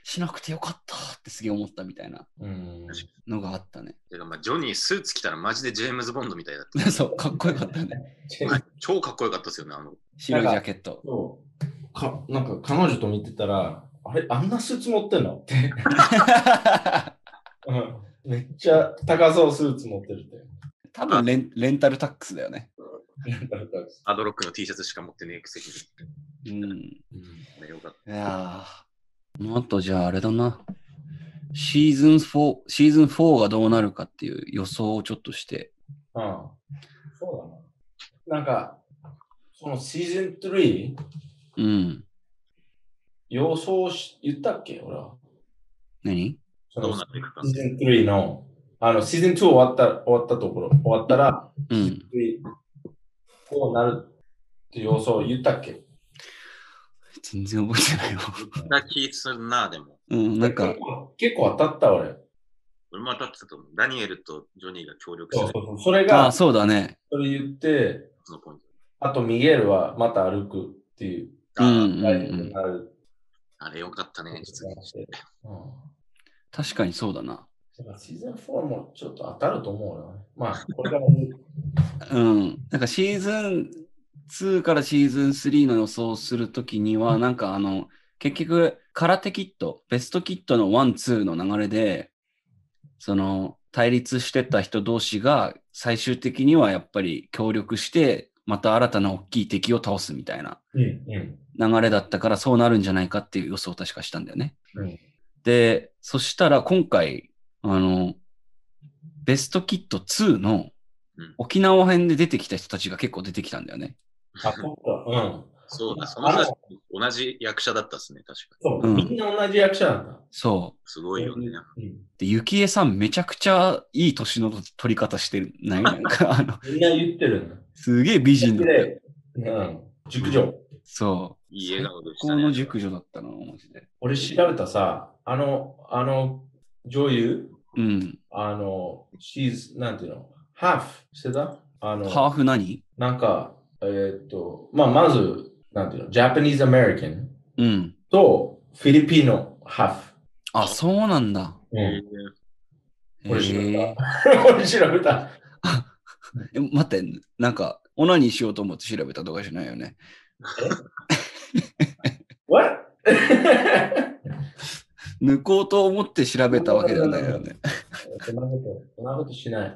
A: しなくてよかったってすげえ思ったみたいな
B: うん。
C: 確
A: のがあったね。
C: てかまあ、ジョニースーツ着たらマジでジェームズ・ボンドみたいだった。
A: そう、かっこよかったね。
C: 超かっこよかったですよね、あの。
A: 白いジャケット。
B: そうか、なんか彼女と見てたら、あれ、あんなスーツ持ってんのって。 うんめっちゃ高そうスーツ持ってるって。
A: 多分レンレンタルタックスだよね。
C: アドロックの T シャツしか持ってねえくせに。
A: うん。
C: ねよかった。
A: いやーもっとじゃああれだな。シーズン4、シーズン4がどうなるかっていう予想をちょっとして。
B: うん。そうだな。なんか、そのシーズン3、
A: うん。
B: 予想し、言ったっけ俺は。
A: 何
B: そ
C: どう
B: の
C: なっていくか。
B: シーズン3の、あの、シーズン2終わった、終わったところ、終わったら、
A: うん。
B: こうなるって予想言ったっけ
A: 全然覚えて ないよ。
C: な気するな、でも。
A: うん、なんか
B: 結、構結構当たった俺。
C: 俺も当たってたと思う。ダニエルとジョニーが協力し
B: そ
C: て
B: う
C: た
B: そうそう。それ
A: あ
B: が、
A: あ、そうだね。
B: それ言って、
C: そのポイント。
B: あとミゲルはまた歩くっていう、
A: うん
C: あ
A: うんう
B: ライブに
A: ん。
B: なる
C: あれよかったね、
B: 気
C: 実は。
B: がして。うん
A: 確かにそうだな。
B: だからシーズン4もちょっと当たると思うよ、ね。まあ、これからね
A: うん。なんかシーズン2からシーズン3の予想をするときには、なんかあの、結局、空手キット、ベストキットの1、2の流れで、その、対立してた人同士が最終的にはやっぱり協力して、また新たな大きい敵を倒すみたいな
B: うん、うん。
A: 流れだったからそうなるんじゃないかっていう予想を確かしたんだよね。
B: うん
A: で、そしたら今回、あの、ベストキット2の
C: うん
A: 沖縄編で出てきた人たちが結構出てきたんだよね。
B: あ、そっか。うん。
C: そうだ、その人たち同じ役者だったっすね、確かに。
B: そう、
A: うん
B: みんな同じ役者なんだ。
A: そ
C: すごいよね。
B: うん
A: う。で、ゆきえさんめちゃくちゃいい年の取り方してないなんか、あの、
B: みんな言ってるんだ。
A: すげえ美人だったよ。
B: で、うん。熟女。
A: そ
C: いい笑顔で
A: う。
C: し
A: こ
C: たね。
A: の熟女だったの、マジで。
B: 俺調べたさ、あの、あの、女優、
A: うん。
B: あの、she's, なんていうの、ハーフしてたあの、
A: ハーフ何
B: なんか、えーっと、まあ、まず、なんていうの、Japanese American
A: うん。
B: とフィリピーノハーフ。
A: あ、そうなんだ。
B: う
C: え
B: ん。俺知らなか
A: えー
B: 俺調べた。
A: え待って、なんか、オナニーしようと思って調べたとかじゃないよね。
B: What?
A: 抜こうと思って調べたわけではないよね。
B: そんなこと、そんなことしない。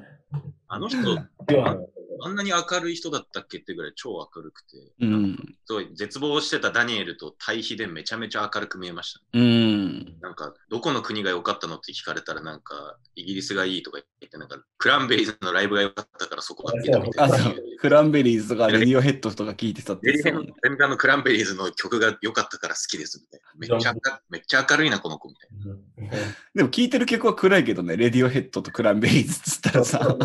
C: あの人、
B: 今日はね
C: あんなに明るい人だったっけってぐらい超明るくて、
A: うん。
C: すごい絶望してたダニエルと対比でめちゃめちゃ明るく見えました。
A: うん。
C: なんか、どこの国が良かったのって聞かれたら、なんか、イギリスがいいとか言って、なんか、クランベリーズのライブが良かったからそこが好きだみた
A: あ、
C: いな。
A: そう。クランベリーズとかレディオヘッドとか聞いてたって
C: 全
A: 言ってたもん
C: 然
A: ね
C: 全然あのクランベリーズの曲が良かったから好きですみたいな。めっちゃ明るめっちゃ明るいな、この子みたい
A: でも聞いてる曲は暗いけどね、レディオヘッドとクランベリーズっつったらさ、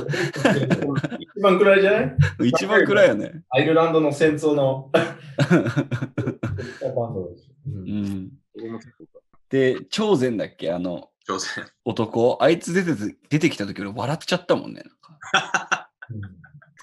B: 一番暗いじゃない
A: 一番暗いよね。
B: アイルランドの戦争のバンドです。う
A: うんん。
C: な。僕も結構
A: で、超善だっけあの、
C: 挑戦。
A: 男。あいつ出てて出てきた時俺笑っちゃったもんね。なんか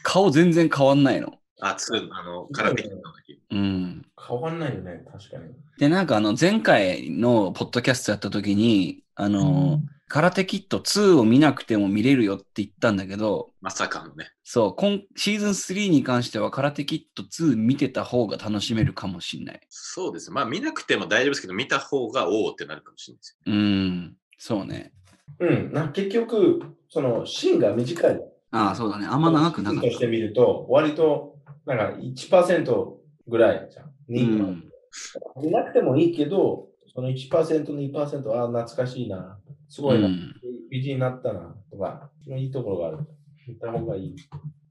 A: 顔全然変わんないの。
C: あ、ツー あの、空手キットの時。
A: うん。
B: 変わんないよね、確かに。
A: で、なんかあの、前回のポッドキャストやった時に、あの、空手キット2を見なくても見れるよって言ったんだけど、
C: まさかのね。
A: そう、今シーズン3に関しては空手キット2見てた方が楽しめるかもしんない。
C: そうですね。まあ、見なくても大丈夫ですけど、見た方がおおってなるかもしれないですよ。
A: うん、そうね。
B: うん、なんか結局、その、芯が短い。
A: ああ、そうだね。あんま長くなかっ
B: 芯として
A: た。
B: みると、割と、なんか1%ぐらいじゃん。
A: う
B: 2%
A: ん、
B: 見なくてもいいけど、その1%、2%、ああ、懐かしいな。すご
A: う
B: いな。
A: ん。
B: 美人になったな。とか、いいところがある。見た方がいい。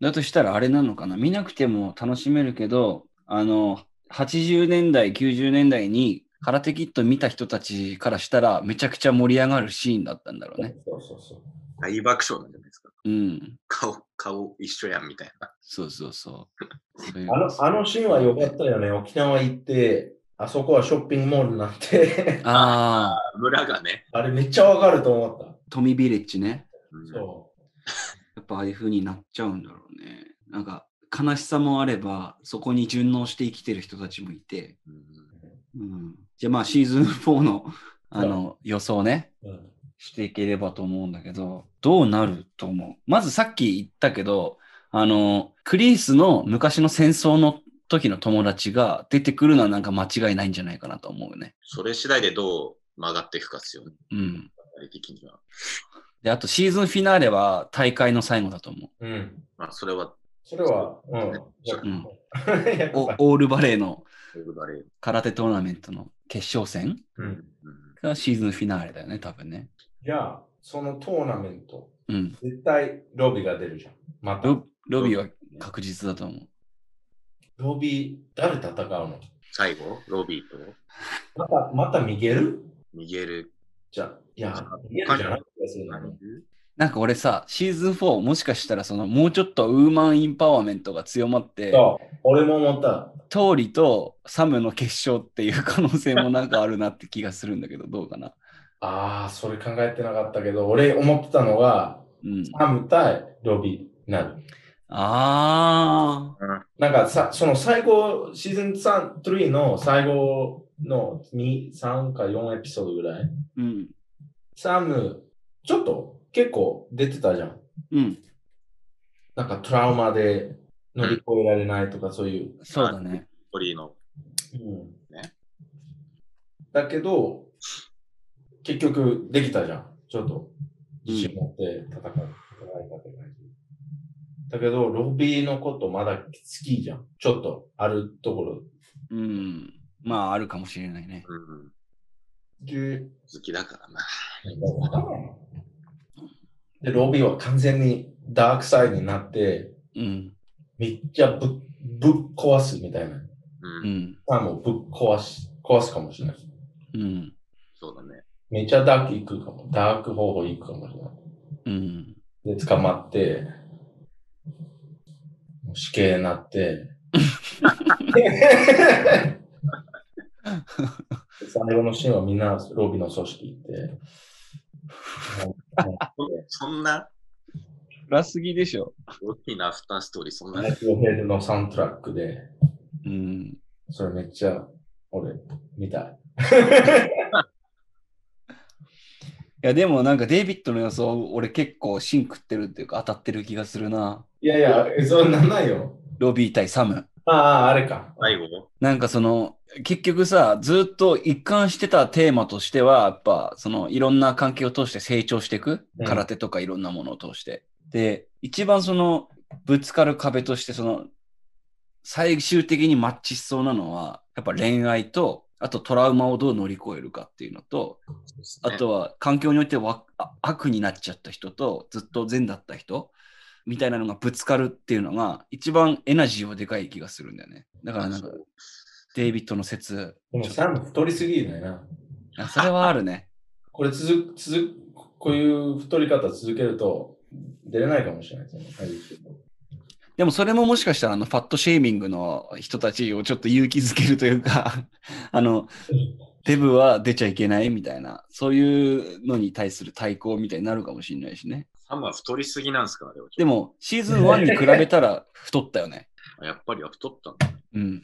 A: だとしたらあれなのかな。見なくても楽しめるけど、あの、80年代、90年代に空手キット見た人たちからしたらめちゃくちゃ盛り上がるシーンだったんだろうね。
B: そうそうそう。
C: 大爆笑なんじゃないですか。
A: うん。
C: 顔、顔一緒やんみたいな。
A: そうそうそう。そういう
B: あのあのシーンは良かったよね。沖縄行って、あそこはショッピングモールになって、
A: ああ、
C: 村がね。
B: あれめっちゃわかると思っ
A: トミービレッジね。
C: うん
B: た。そ
A: やっぱああいう風になっちゃうんだろうね。なんか悲しさもあれば、そこに順応して生きてる人たちもいて。
C: うん
A: うん、じゃあまあシーズン4のあの予想ね。
B: う。うん
A: していければと思うんだけど、どうなると思うまずさっき言ったけど、あの、クリースの昔の戦争の時の友達が出てくるのはなんか間違いないんじゃないかなと思うよね。
C: それ次第でどう曲がっていくかですよね、
A: うん。
C: あれ的には。
A: で、あとシーズンフィナーレは大会の最後だと思う。
B: うん。
C: まあ、それは、
B: それは、うん。
A: うん
B: やっぱ
A: おオールバレーの
C: ウェブバレー。
A: 空手トーナメントの決勝戦
B: うん
C: うん
A: がシーズンフィナーレだよね、多分ね。
B: じゃあ、そのトーナメント、
A: うん。
B: 絶対ロビーが出るじゃん。また。
A: ロロビーは確実だと思う。
B: ロビー、誰戦うの
C: 最後、ロビーと
B: また、また逃げる
C: ミゲル。
B: じゃあ、いや、
C: あ
B: 逃げるじゃない気がするな
A: なんか俺さ、シーズン4もしかしたらそのもうちょっとウーマンインパワーメントが強まって、
B: そう、俺も思った。
A: トーリとサムの決勝っていう可能性もなんかあるなって気がするんだ けど、どうかな。
B: ああ、それ考えてなかったけど、俺思ってたのが、
A: うん。
B: サム対ロビーになる。
A: あ
B: なんかさ、その最後、シーズン3、3の最後の2、3か4エピソードぐらい。
A: ー。うん。
B: サム、ちょっと結構出てたじゃん。
A: うん。
B: なんかトラウマで乗り越えられないとかそういう。
A: そうだね。
C: ポリーの。
B: うん
C: ね
B: だけど、結局できたじゃん。ちょっと自信持って戦う。戦い方がいいだけど、ロビーのことまだ好きじゃん。ちょっとあるところ。
A: うん。まあ、あるかもしれないね。
C: うん。
B: で、
C: 好きだからな。
B: でロビーは完全にダークサイドになって、
A: うん。
B: めっちゃぶっぶっ壊すみたいな。
C: う
A: う
C: ん。
A: ん。
B: あもうぶっ壊し、壊すかもしれない。
A: うん。
C: そうだね。
B: めっちゃダーク行くかも。ダーク方法行くかもしれない。
A: うん。
B: で、捕まって、もう死刑になって、最後のシーンはみんなロビーの組織行って、
C: そんな
A: 暗すぎでしょ。
C: 大きなアフターストーリー、そんな
B: ライフヘルのサントラックで、
A: うん。
B: それめっちゃ俺、見たい。
A: いや、でもなんかデイビッドの予想、俺結構シン食ってるっていうか当たってる気がするな。
B: いやいや、えそんなんないよ。
A: ロビー対サム。
B: ああ、あれか。
C: 最後
A: なんかその、結局さ、ずっと一貫してたテーマとしては、やっぱ、その、いろんな関係を通して成長していく
B: う。ん
A: 空手とかいろんなものを通して。で、一番その、ぶつかる壁として、その、最終的にマッチしそうなのは、やっぱ恋愛と、あとトラウマをどう乗り越えるかっていうのと、あとは環境によってわあ悪になっちゃった人とずっと善だった人みたいなのがぶつかるっていうのが一番エナジーはでかい気がするんだよね。だからなんか
C: そう
A: デイビッドの説、
B: でもサム太りすぎないな。
A: あそれはあるね。
B: これ続く、続く、こういう太り方続けると、出れないかもしれないですね。
A: でもそれももしかしたらあのファットシェーミングの人たちをちょっと勇気づけるというか あのデブは出ちゃいけないみたいなそういうのに対する対抗みたいになるかもしれないしね。
C: サムは太りすぎなんですかあれは。
A: でもシーズン1に比べたら太ったよね。
C: やっぱり太ったんだ。
A: うん。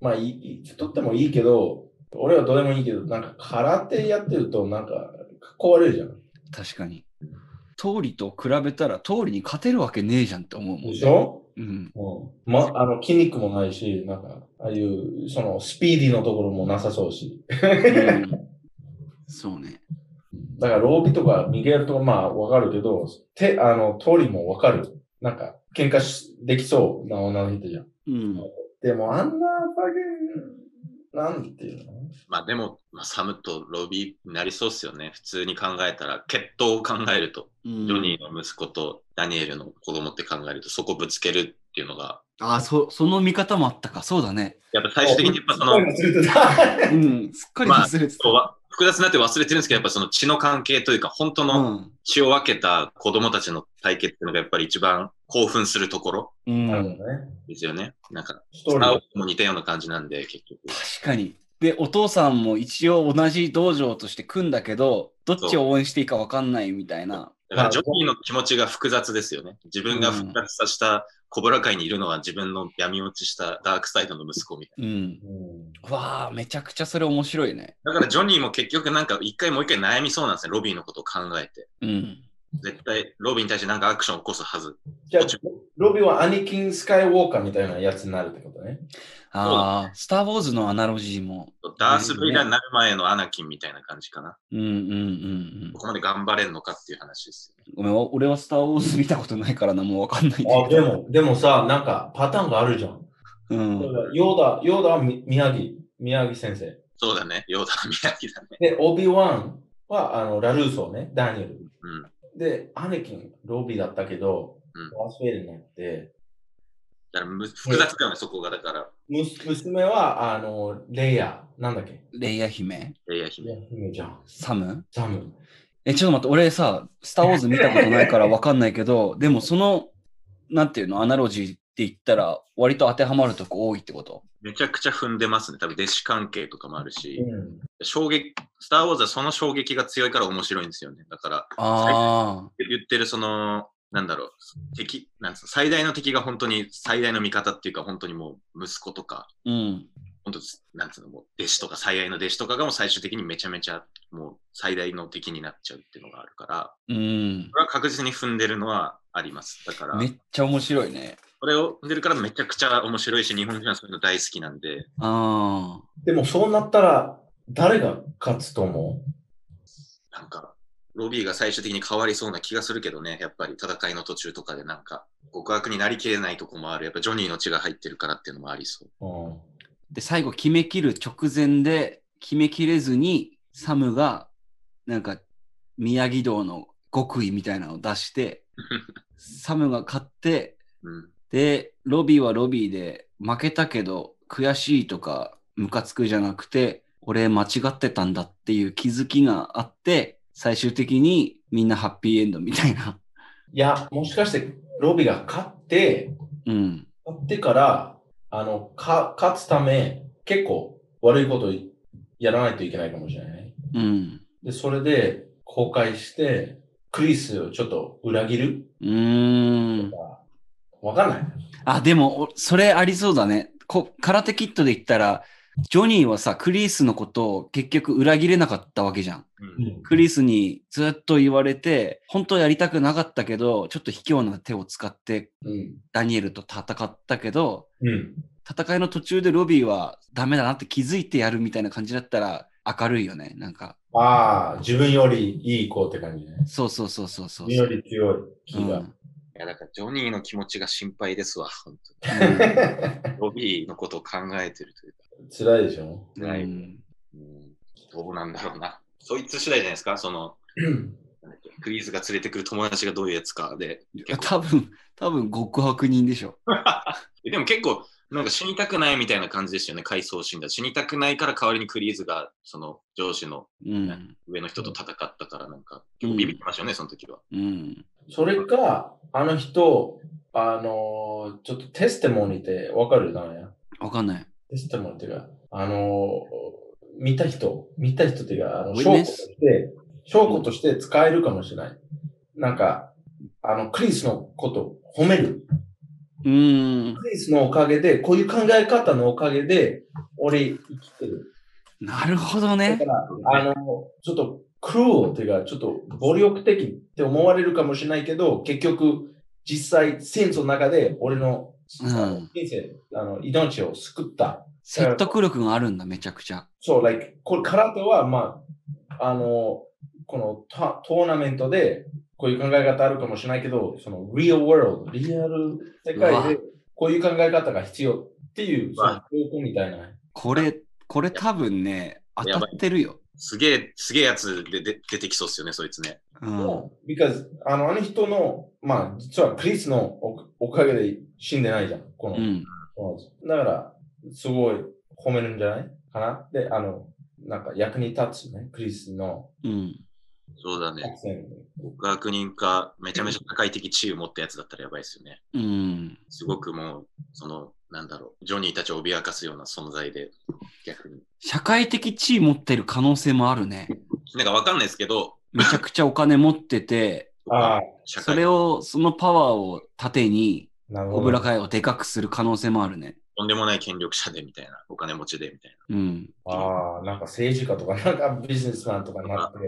B: まあいい、いい太ってもいいけど、俺はどうでもいいけど、なんか空手やってると、なんか、かっこ悪いじゃん。
A: 確かに。通りと比べたら通りに勝てるわけねえじゃんって思うもん、
B: でしょ
A: うん。
B: うん。ま、あの、筋肉もないし、なんか、ああいう、その、スピーディーのところもなさそう し。
A: うんそうね。
B: だから、ロービとかミゲルとか、まあ、わかるけど、手、あの、通りもわかる。なんか、喧嘩しできそうな女の人じゃん。
A: うん。
B: でも、あんな、バゲン、なんていうの
C: まあでも、まあ、サムとロビーになりそうっすよね。普通に考えたら、血統を考えると、
A: うん
C: ジョニーの息子とダニエルの子供って考えると、そこぶつけるっていうのが、
A: ああ、そ、その見方もあったか。そうだね。
C: やっぱ最終的にやっぱその、
A: うん。すっかり忘れてた。
C: そうわ複雑になって忘れてるんですけど、やっぱその血の関係というか、本当の血を分けた子供たちの対決っていうのがやっぱり一番興奮するところ
A: うん。う
B: なるほ
A: ん。
B: どね。
C: ですよね。なんか、
B: ストーリー
C: も似たような感じなんで、結局。
A: 確かに。で、お父さんも一応同じ道場として組んだけど、どっちを応援していいか分かんないみたいな。
C: だからジョニーの気持ちが複雑ですよね。自分が復活させた小ラ界にいるのは自分の闇落ちしたダークサイドの息子みたい
A: うん。
B: うん
A: わあ、めちゃくちゃそれ面白いね。
C: な。だからジョニーも結局なんか一回もう一回悩みそうなんですね。ロビーのことを考えて。
A: うん。
C: 絶対ロビーに対してなんかアクションを起こすはず。
B: じゃあ、ロビーはアニキン・スカイウォーカーみたいなやつになるってことね。
A: ああ、スター・ウォーズのアナロジーも。
C: ダース・ベイダーになる前のアナキンみたいな感じかな。
A: うんうんうんうん
C: こ。こまで頑張れんのかっていう話ですよね。
A: ごめん、お俺はスター・ウォーズ見たことないからな、もう分かんないんだ
B: あ、
A: け
B: で
A: ど。
B: も、でもさ、なんかパターンがあるじゃん。
A: うん。
B: ヨーダ、ヨーダはみ宮城、宮城先生。
C: そうだね。ヨーダー・ミヤギだね。
B: で、オビワンはあのラルーソーね、ダニエル。
C: うん。
B: で、アネキン、ロビーだったけど、
C: うん
B: ダース・ベイダーになって、
C: だからむ複雑だよね、そこが。だから、
B: むす娘はあのレイヤー、なんだっけ
A: レイヤ姫、
C: レイ
B: レ
C: ヤー
B: イ
C: 姫。
B: ヤー姫じゃん。
A: サム。
B: ザム。
A: え、ちょっと待って、俺さ、スター・ウォーズ見たことないから分かんないけ ど、でもその、なんていうの、アナロジーって言ったら、割と当てはまるとこ多いってこと。
C: めちゃくちゃ踏んでますね。多分弟子関係とかもあるし、
B: うん
C: 衝撃、スター・ウォーズはその衝撃が強いから面白いんですよね。だから、
A: ああ、
C: 言ってるその、なんだろう、敵、なんつうの最大の敵が本当に最大の味方っていうか、本当にもう息子とか、
A: うん。
C: 本当なんつうの、もう弟子とか最愛の弟子とかがもう最終的にめちゃめちゃもう最大の敵になっちゃうっていうのがあるから、
A: うん
C: こ。れは確実に踏んでるのはあります。だから
A: め、っちゃ面白いね。
C: これを踏んでるからめちゃくちゃ面白いし、日本人はそういうの大好きなんで、
A: ああ。
B: でもそうなったら、誰が勝つと思
C: なんか、ロビーが最終的に変わりそうな気がするけどね、やっぱり戦いの途中とかでなんか、極悪になりきれないとこもある。やっぱジョニーの血が入ってるからっていうのもありそう。
B: う、うん、
A: で、最後決めきる直前で、決めきれずに、サムが、なんか、宮城道の極意みたいなのを出して、サムが勝って、
C: うん。
A: で、ロビーはロビーで、負けたけど、悔しいとか、ムカつくじゃなくて、俺間違ってたんだっていう気づきがあって、最終的にみんなハッピーエンドみたいな。
B: いや、もしかして、ロビーが勝って、
A: うん。
B: 勝ってから、あの、か、勝つため、結構悪いことをやらないといけないかもしれないね。
A: うん。
B: で、それで、公開して、クリスをちょっと裏切る
A: うーん。
B: わかんない。
A: あ、でも、おそれありそうだね。こ空手キットで言ったら、ジョニーはさ、クリースのことを結局裏切れなかったわけじゃん。
C: うん、
A: クリースにずっと言われて、本当はやりたくなかったけど、ちょっと卑怯な手を使って
B: うん。
A: ダニエルと戦ったけど、
B: うん。
A: 戦いの途中でロビーはダメだなって気づいてやるみたいな感じだったら明るいよね。なんか、
B: ああ、自分よりいい子って感じね。
A: そうそうそうそうそう。
B: 自分より強い気
A: う
B: が。
A: ん
C: いや、だからジョニーの気持ちが心配ですわ、
A: う
C: 本
A: ん
C: 当 に。ロビーのことを考えてるというか。
B: 辛いでしょ
C: は
A: う
C: い
A: ん
C: うん、どうなんだろうな。そいつ次第じゃないですか、その、なんだっけクリーズが連れてくる友達がどういうやつか で。結構
A: 多分、多分極悪人でしょ。
C: でも結構、なんか死にたくないみたいな感じですよね、回想死んだ。死にたくないから代わりにクリーズが、その上司の
A: うん。
C: 上の人と戦ったから、なんか、結構ビビってましたよね、その時は。
A: うん。
B: それか、あの人、あのーちょっとテステモニーってわかるなんや。
A: わかんない。
B: テストもっていうか、あのー見た人、見た人っていうか、あの
A: Witness？
B: 証拠として、証拠として使えるかもしれない。なんか、あの、クリスのこと褒める。
A: うーん。
B: クリスのおかげで、こういう考え方のおかげで、俺生きてる。
A: なるほど
B: だ
A: ね
B: か。ら、あの、ちょっと、クルーっていうか、ちょっと暴力的って思われるかもしれないけど、結局、実際、戦争の中で、俺の、
A: うん
B: 人生、あの、命を救った。
A: 説得力があるんだ、めちゃくちゃ。
B: そう、like、これ、空手は、まあ、あの、このトトーナメントで、こういう考え方あるかもしれないけど、その、real world、リアル世
A: うわ
B: 界で、こういう考え方が必要っていう、その、
C: わ
B: 教訓みたいな。
A: これ、これ多分ね、当たってるよ。
C: すげえ、すげえやつでで出てきそうっすよね、そいつね。
A: うん。
B: because、あの、あの人の、まあ、実はクリスのおおかげで死んでないじゃん。この、
A: うん。
B: そうだから、すごい褒めるんじゃないかな。で、あの、なんか役に立つね、クリスの
A: うん。
C: そうだね。
B: 作戦。
C: 極悪人か、めちゃめちゃ社会的地位を持ったやつだったらやばいですよね。
A: うん。
C: すごくもう、その、なんだろう、ジョニーたちを脅かすような存在で、逆に。
A: 社会的地位持ってる可能性もあるね。
C: なんかわかんないですけど、
A: めちゃくちゃお金持ってて、
B: ああ、
C: 社
A: そ
C: 会
A: れを、そのパワーを盾に、
B: なる
A: 小
B: ほど
A: 倉。会をでかくする可能性もあるね。
C: とんでもない権力者でみたいな、お金持ちでみたいな。
A: うん。
B: ああ、なんか政治家とか、なんかビジネスマンとかになって、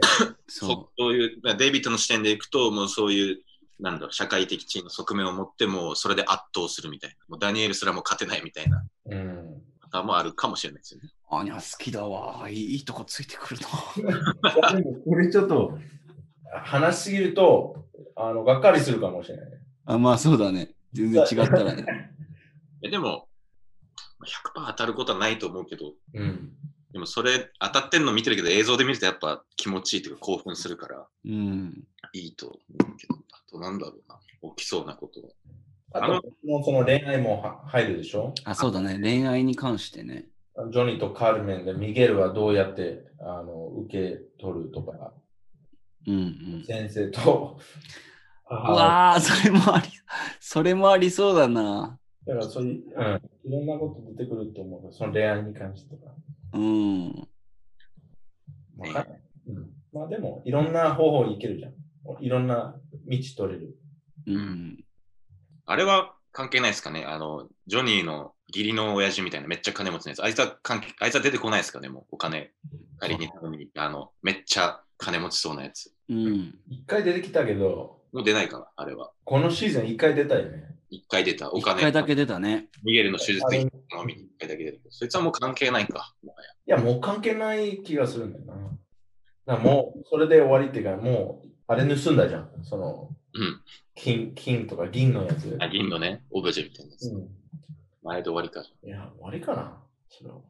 A: そ
C: そういう、まあデイビッドの視点でいくと、もうそういう、なんだろう、社会的地位の側面を持って、もうそれで圧倒するみたいな。もうダニエルすらも勝てないみたいな
B: うん。
C: 方もあるかもしれないですよね。
A: う。あにゃ、好きだわ。いいいいとこついてくるな。
B: いやでもこれちょっと、話しすぎると、あの、がっかりするかもしれない。
A: あまあ、そうだね。全然違ったらね。
C: えでも、まあ100%当たることはないと思うけど、
B: うん。
C: でもそれ当たってんの見てるけど、映像で見るとやっぱ気持ちいいというか興奮するから、
A: うん。
C: いいと思うけど、あとなんだろうな、起きそうなことは。
B: あ
C: あの
B: と、もうその恋愛もは入るでしょ
A: あ、そうだね。恋愛に関してね。
B: ジョニーとカルメンでミゲルはどうやってあの受け取るとか、
A: うんうん。
B: 先生と、
A: うわあ、それもあり、それもありそうだな。
B: だからそういう、うん、いろんなこと出てくると思う。その恋愛に関してとか。
A: うん。
B: わかんないうん、まあでも、いろんな方法いけるじゃん。いろんな道取れる。
A: うん。
C: あれは関係ないですかねあの、ジョニーの義理の親父みたいなめっちゃ金持ちのやつ。あいつは関係あいつは出てこないですかねもうお金借りに行くのにあの、めっちゃ金持ちそうなやつ。
A: うん。
B: 一回出てきたけど、
C: もう出ないかなあれは。
B: このシーズン一回出たよね。
C: 一回出た。お
A: 一
C: 金。
A: 回だけ出たね。
C: ミゲルの手術費
B: い
C: のみに一回だけ出た。そいつはもう関係ないか。もはや
B: や、もう関係ない気がするんだよな。だからもう、それで終わりっていうか、もう、あれ盗んだじゃん。その、
C: うん。
B: 金、金とか銀のやつ。
C: あ銀のね、オブジェみたいなやつ。
B: うん
C: 前で終わりか。
B: いや、終わりかな。それは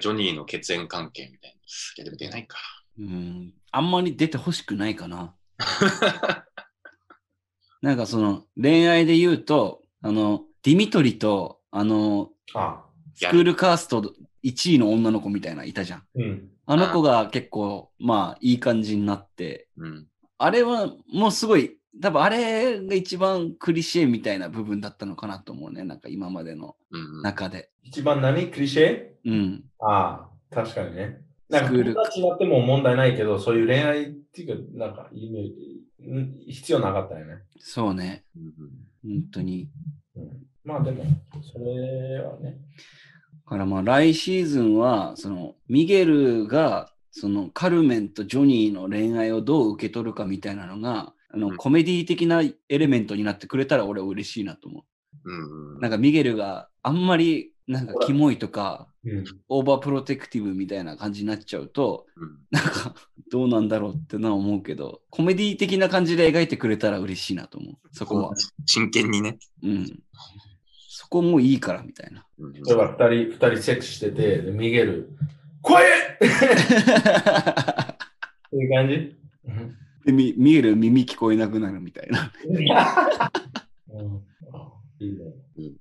C: ジョニーの血縁関係みたいな。いや、でも出ないか。
A: うん。あんまり出てほしくないか な。なんかその恋愛で言うと、あの、ディミトリと、あの、
B: あ、
A: スクールカースト1位の女の子みたいなのいたじゃん。
B: うん。
A: あの子が結構、まあ、いい感じになって、
C: うん。
A: あれはもうすごい、多分あれが一番クリシェみたいな部分だったのかなと思うね。なんか今までの
C: うん、うん。
A: 中で。
B: 一番何クリシェ
A: うん。
B: ああ、確かにね。なんか
A: スクール
B: 友達になっても問題ないけど、そういう恋愛っていうか、なんか意味、うん必要なかったよね。
A: そうね。本当に。
B: うん、まあでも、それはね。
A: だからまあ来シーズンは、そのミゲルが、そのカルメンとジョニーの恋愛をどう受け取るかみたいなのが、あ
C: う
A: の
C: ん
A: コメディ的なエレメントになってくれたら俺は嬉しいなと思
C: うんう
A: う。
C: ん
A: なんかミゲルがあんまりなんかキモいとか
B: うん、
A: オーバープロテクティブみたいな感じになっちゃうと
C: うん
A: なんかどうなんだろうってのは思うけどコメディ的な感じで描いてくれたら嬉しいなと思うそこは、
C: 真剣にね。
A: うん、そこもいいからみたいな
C: うんうん
B: 例えば二人、二人セックスしてて、で逃げる。来いっっていう感じ、
A: でみミゲル耳聞こえなくなるみたいな
B: うん、あいいね。
C: ね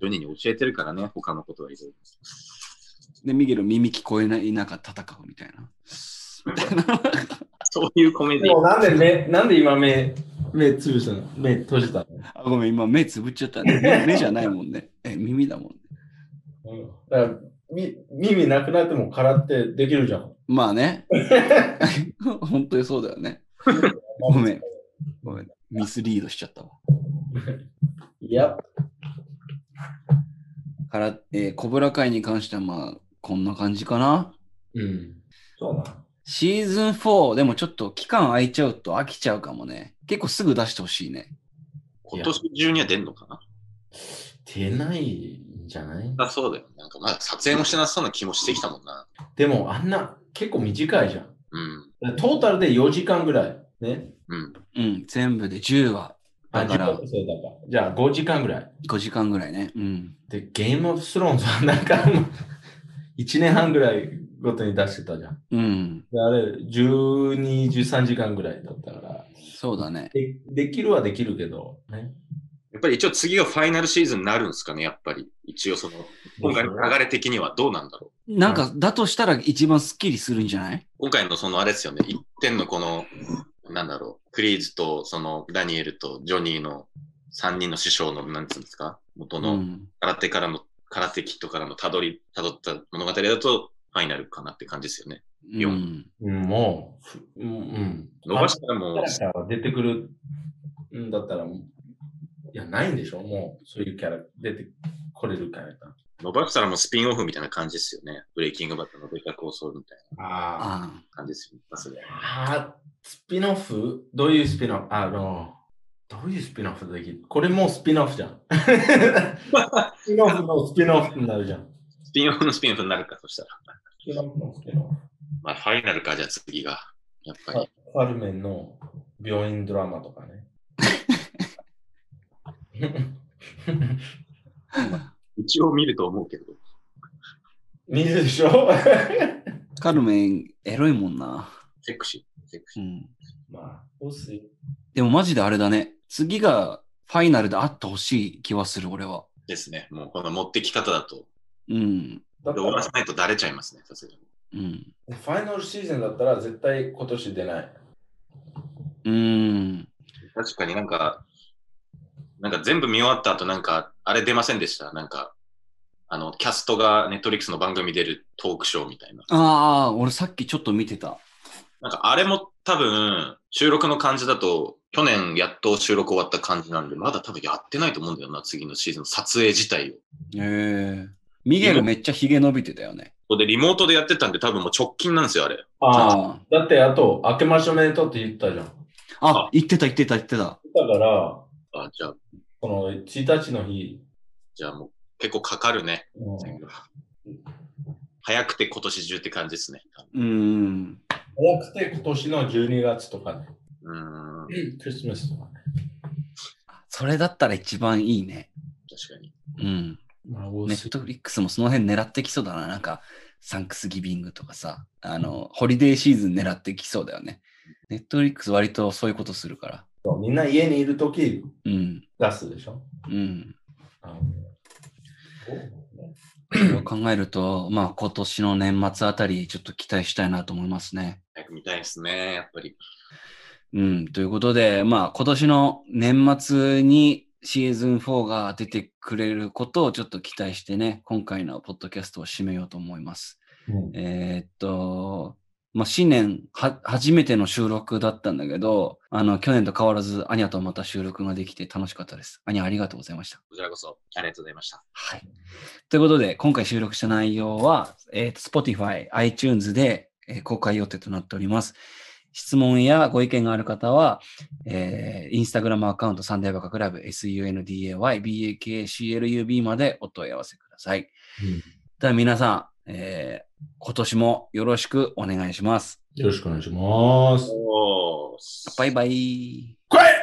C: ジョニーに教えてるからね、他のことはいろいろ。
A: でミゲル耳聞こえない中戦うみたいな
C: そういうコメデ
B: で
C: ィ
B: もなんで目、なんで今目、目つぶしたの目閉じたの
A: あごめん今目つぶっちゃったね目目じゃないもんねえ耳だもんね
B: うんだからみ耳なくなっても空ってできるじゃん。
A: まあね 本当にそうだよねごめんごめんミスリードしちゃったわ
B: いや、
A: から、えー、コブラ会に関してはまあ、こんな感じかな。
B: うん。そうな
A: シーズン4、でもちょっと期間空いちゃうと飽きちゃうかもね。結構すぐ出してほしいね。
C: 今年中には出んのかな
B: 出ないんじゃない
C: だそうだよ。なんかまだ撮影もしてなさそうな気もしてきたもんな。
B: でもあんな結構短いじゃん。
C: うん。
B: トータルで4時間ぐらい。ね。
C: うん。
A: うん、全部で10話。
B: あ
A: だから
B: 自己そうだからじゃあ5時間ぐらい。
A: 5時間ぐらいね。うん。
B: で、ゲームオブスローンズはなんか1年半ぐらいごとに出してたじゃん。
A: うん。
B: であれ、12、13時間ぐらいだったから。
A: そうだね。
B: でできるはできるけど、ね。
C: やっぱり一応次がファイナルシーズンになるんですかね、やっぱり。一応その、今回の流れ的にはどうなんだろう。
A: なんか、だとしたら一番スッキリするんじゃない
C: 今回のそのあれですよね、一点のこの、なんだろう、クリーズとそのダニエルとジョニーの3人の師匠の、なんつうんですか、元
A: う
C: の
A: ん
C: 空手からの、空手キットからのたどり、たどった物語だと、ファイナルかなって感じですよね。
A: う
C: 四
A: ん
B: うん、もう、ふうん、うん。
C: 伸ばしたらもう
B: キ、ャラが出てくるんだったら、もういや、ないんでしょもう、そういうキャラ出てこれるキャラが。
C: 伸ばしたらもうスピンオフみたいな感じですよね。ブレイキングバットのドリカ構想みたいな
B: あ
A: あ
C: 感じですよね。まあそれ
B: ーあー、スピンオフどういうスピンオフあの、どういうスピンオフできるこれもうスピンオフじゃん。スピンオフのスピンオフになるじゃん。
C: スピンオフのスピンオフになるか、そしたら。
B: スピンオフのスピンオフ。
C: まあ、ファイナルか、じゃあ次が。やっぱり。
B: ファルメンの病院ドラマとかね。
C: 一応見ると思うけど。
B: 見るでしょ
A: あ。カルメン、エロいもんな。
C: セクシー。セクシ
A: う
C: ー。
A: ん。
B: まあ、おす
A: でもマジであれだね。次がファイナルであってほしい気はする、俺は。
C: ですね。もうこの持ってき方だと。
A: うん。
B: だった
C: で終わ
B: ら
C: らせないとだれちゃいますね、さすがに。
A: うん。
B: ファイナルシーズンだったら絶対今年出ない。
A: うん。
C: 確かになんか、なんか全部見終わった後、なんか、あれ出ませんでした。なんか、あの、キャストがネットリックスの番組出るトークショーみたいな。
A: ああ、俺さっきちょっと見てた。
C: なんか、あれも多分、収録の感じだと、去年やっと収録終わった感じなんで、まだ多分やってないと思うんだよな、次のシーズンの撮影自体を。
A: へえミゲルめっちゃヒゲ伸びてたよね。
C: ここでリモートでやってたんで、多分もう直近なんですよ、あれ。
B: ああ。
A: あ
B: だってあと、明けましょうおめでとうって言ったじゃん。だ
A: あ。あ、言ってた言ってた言ってた。
B: から、
C: あじゃあ、
B: この1日の日、
C: じゃあもう結構かかるね。
B: うん
C: 早くて今年中って感じですね。
A: うん。
B: 早くて今年の12月とかね、
C: うーん、
B: クリスマスとかね。
A: それだったら一番いいね。
C: 確かに。
A: うん。
B: まあ、お
A: ネットフリックスもその辺狙ってきそうだな。なんか、サンクスギビングとかさ、あの、ホリデーシーズン狙ってきそうだよね。ネットフリックス割とそういうことするから。
B: みんな家にいるとき
A: うん。
B: 出すでしょ。
A: うん。
B: あ
A: そう考えると、まあ今年の年末あたり、ちょっと期待したいなと思いますね。
C: 早く見たいですね、やっぱり。
A: うん、ということで、まあ今年の年末にシーズン4が出てくれることをちょっと期待してね、今回のポッドキャストを締めようと思います。
B: うん
A: えーっと、まあ新年は初めての収録だったんだけど、あの去年と変わらず、アニャとまた収録ができて楽しかったです。アニャありがとうございました。
C: こちらこそ、ありがとうございました。
A: はい。ということで、今回収録した内容は、えーと Spotify、iTunes で、えー公開予定となっております。質問やご意見がある方は、えー、Instagram アカウントサンデーバカクラブ sundaybakclub までお問い合わせください。では皆さん、えー今年もよろしくお願いします。
B: よろしくお願いします。
C: おー
A: バイバイ。
B: 来い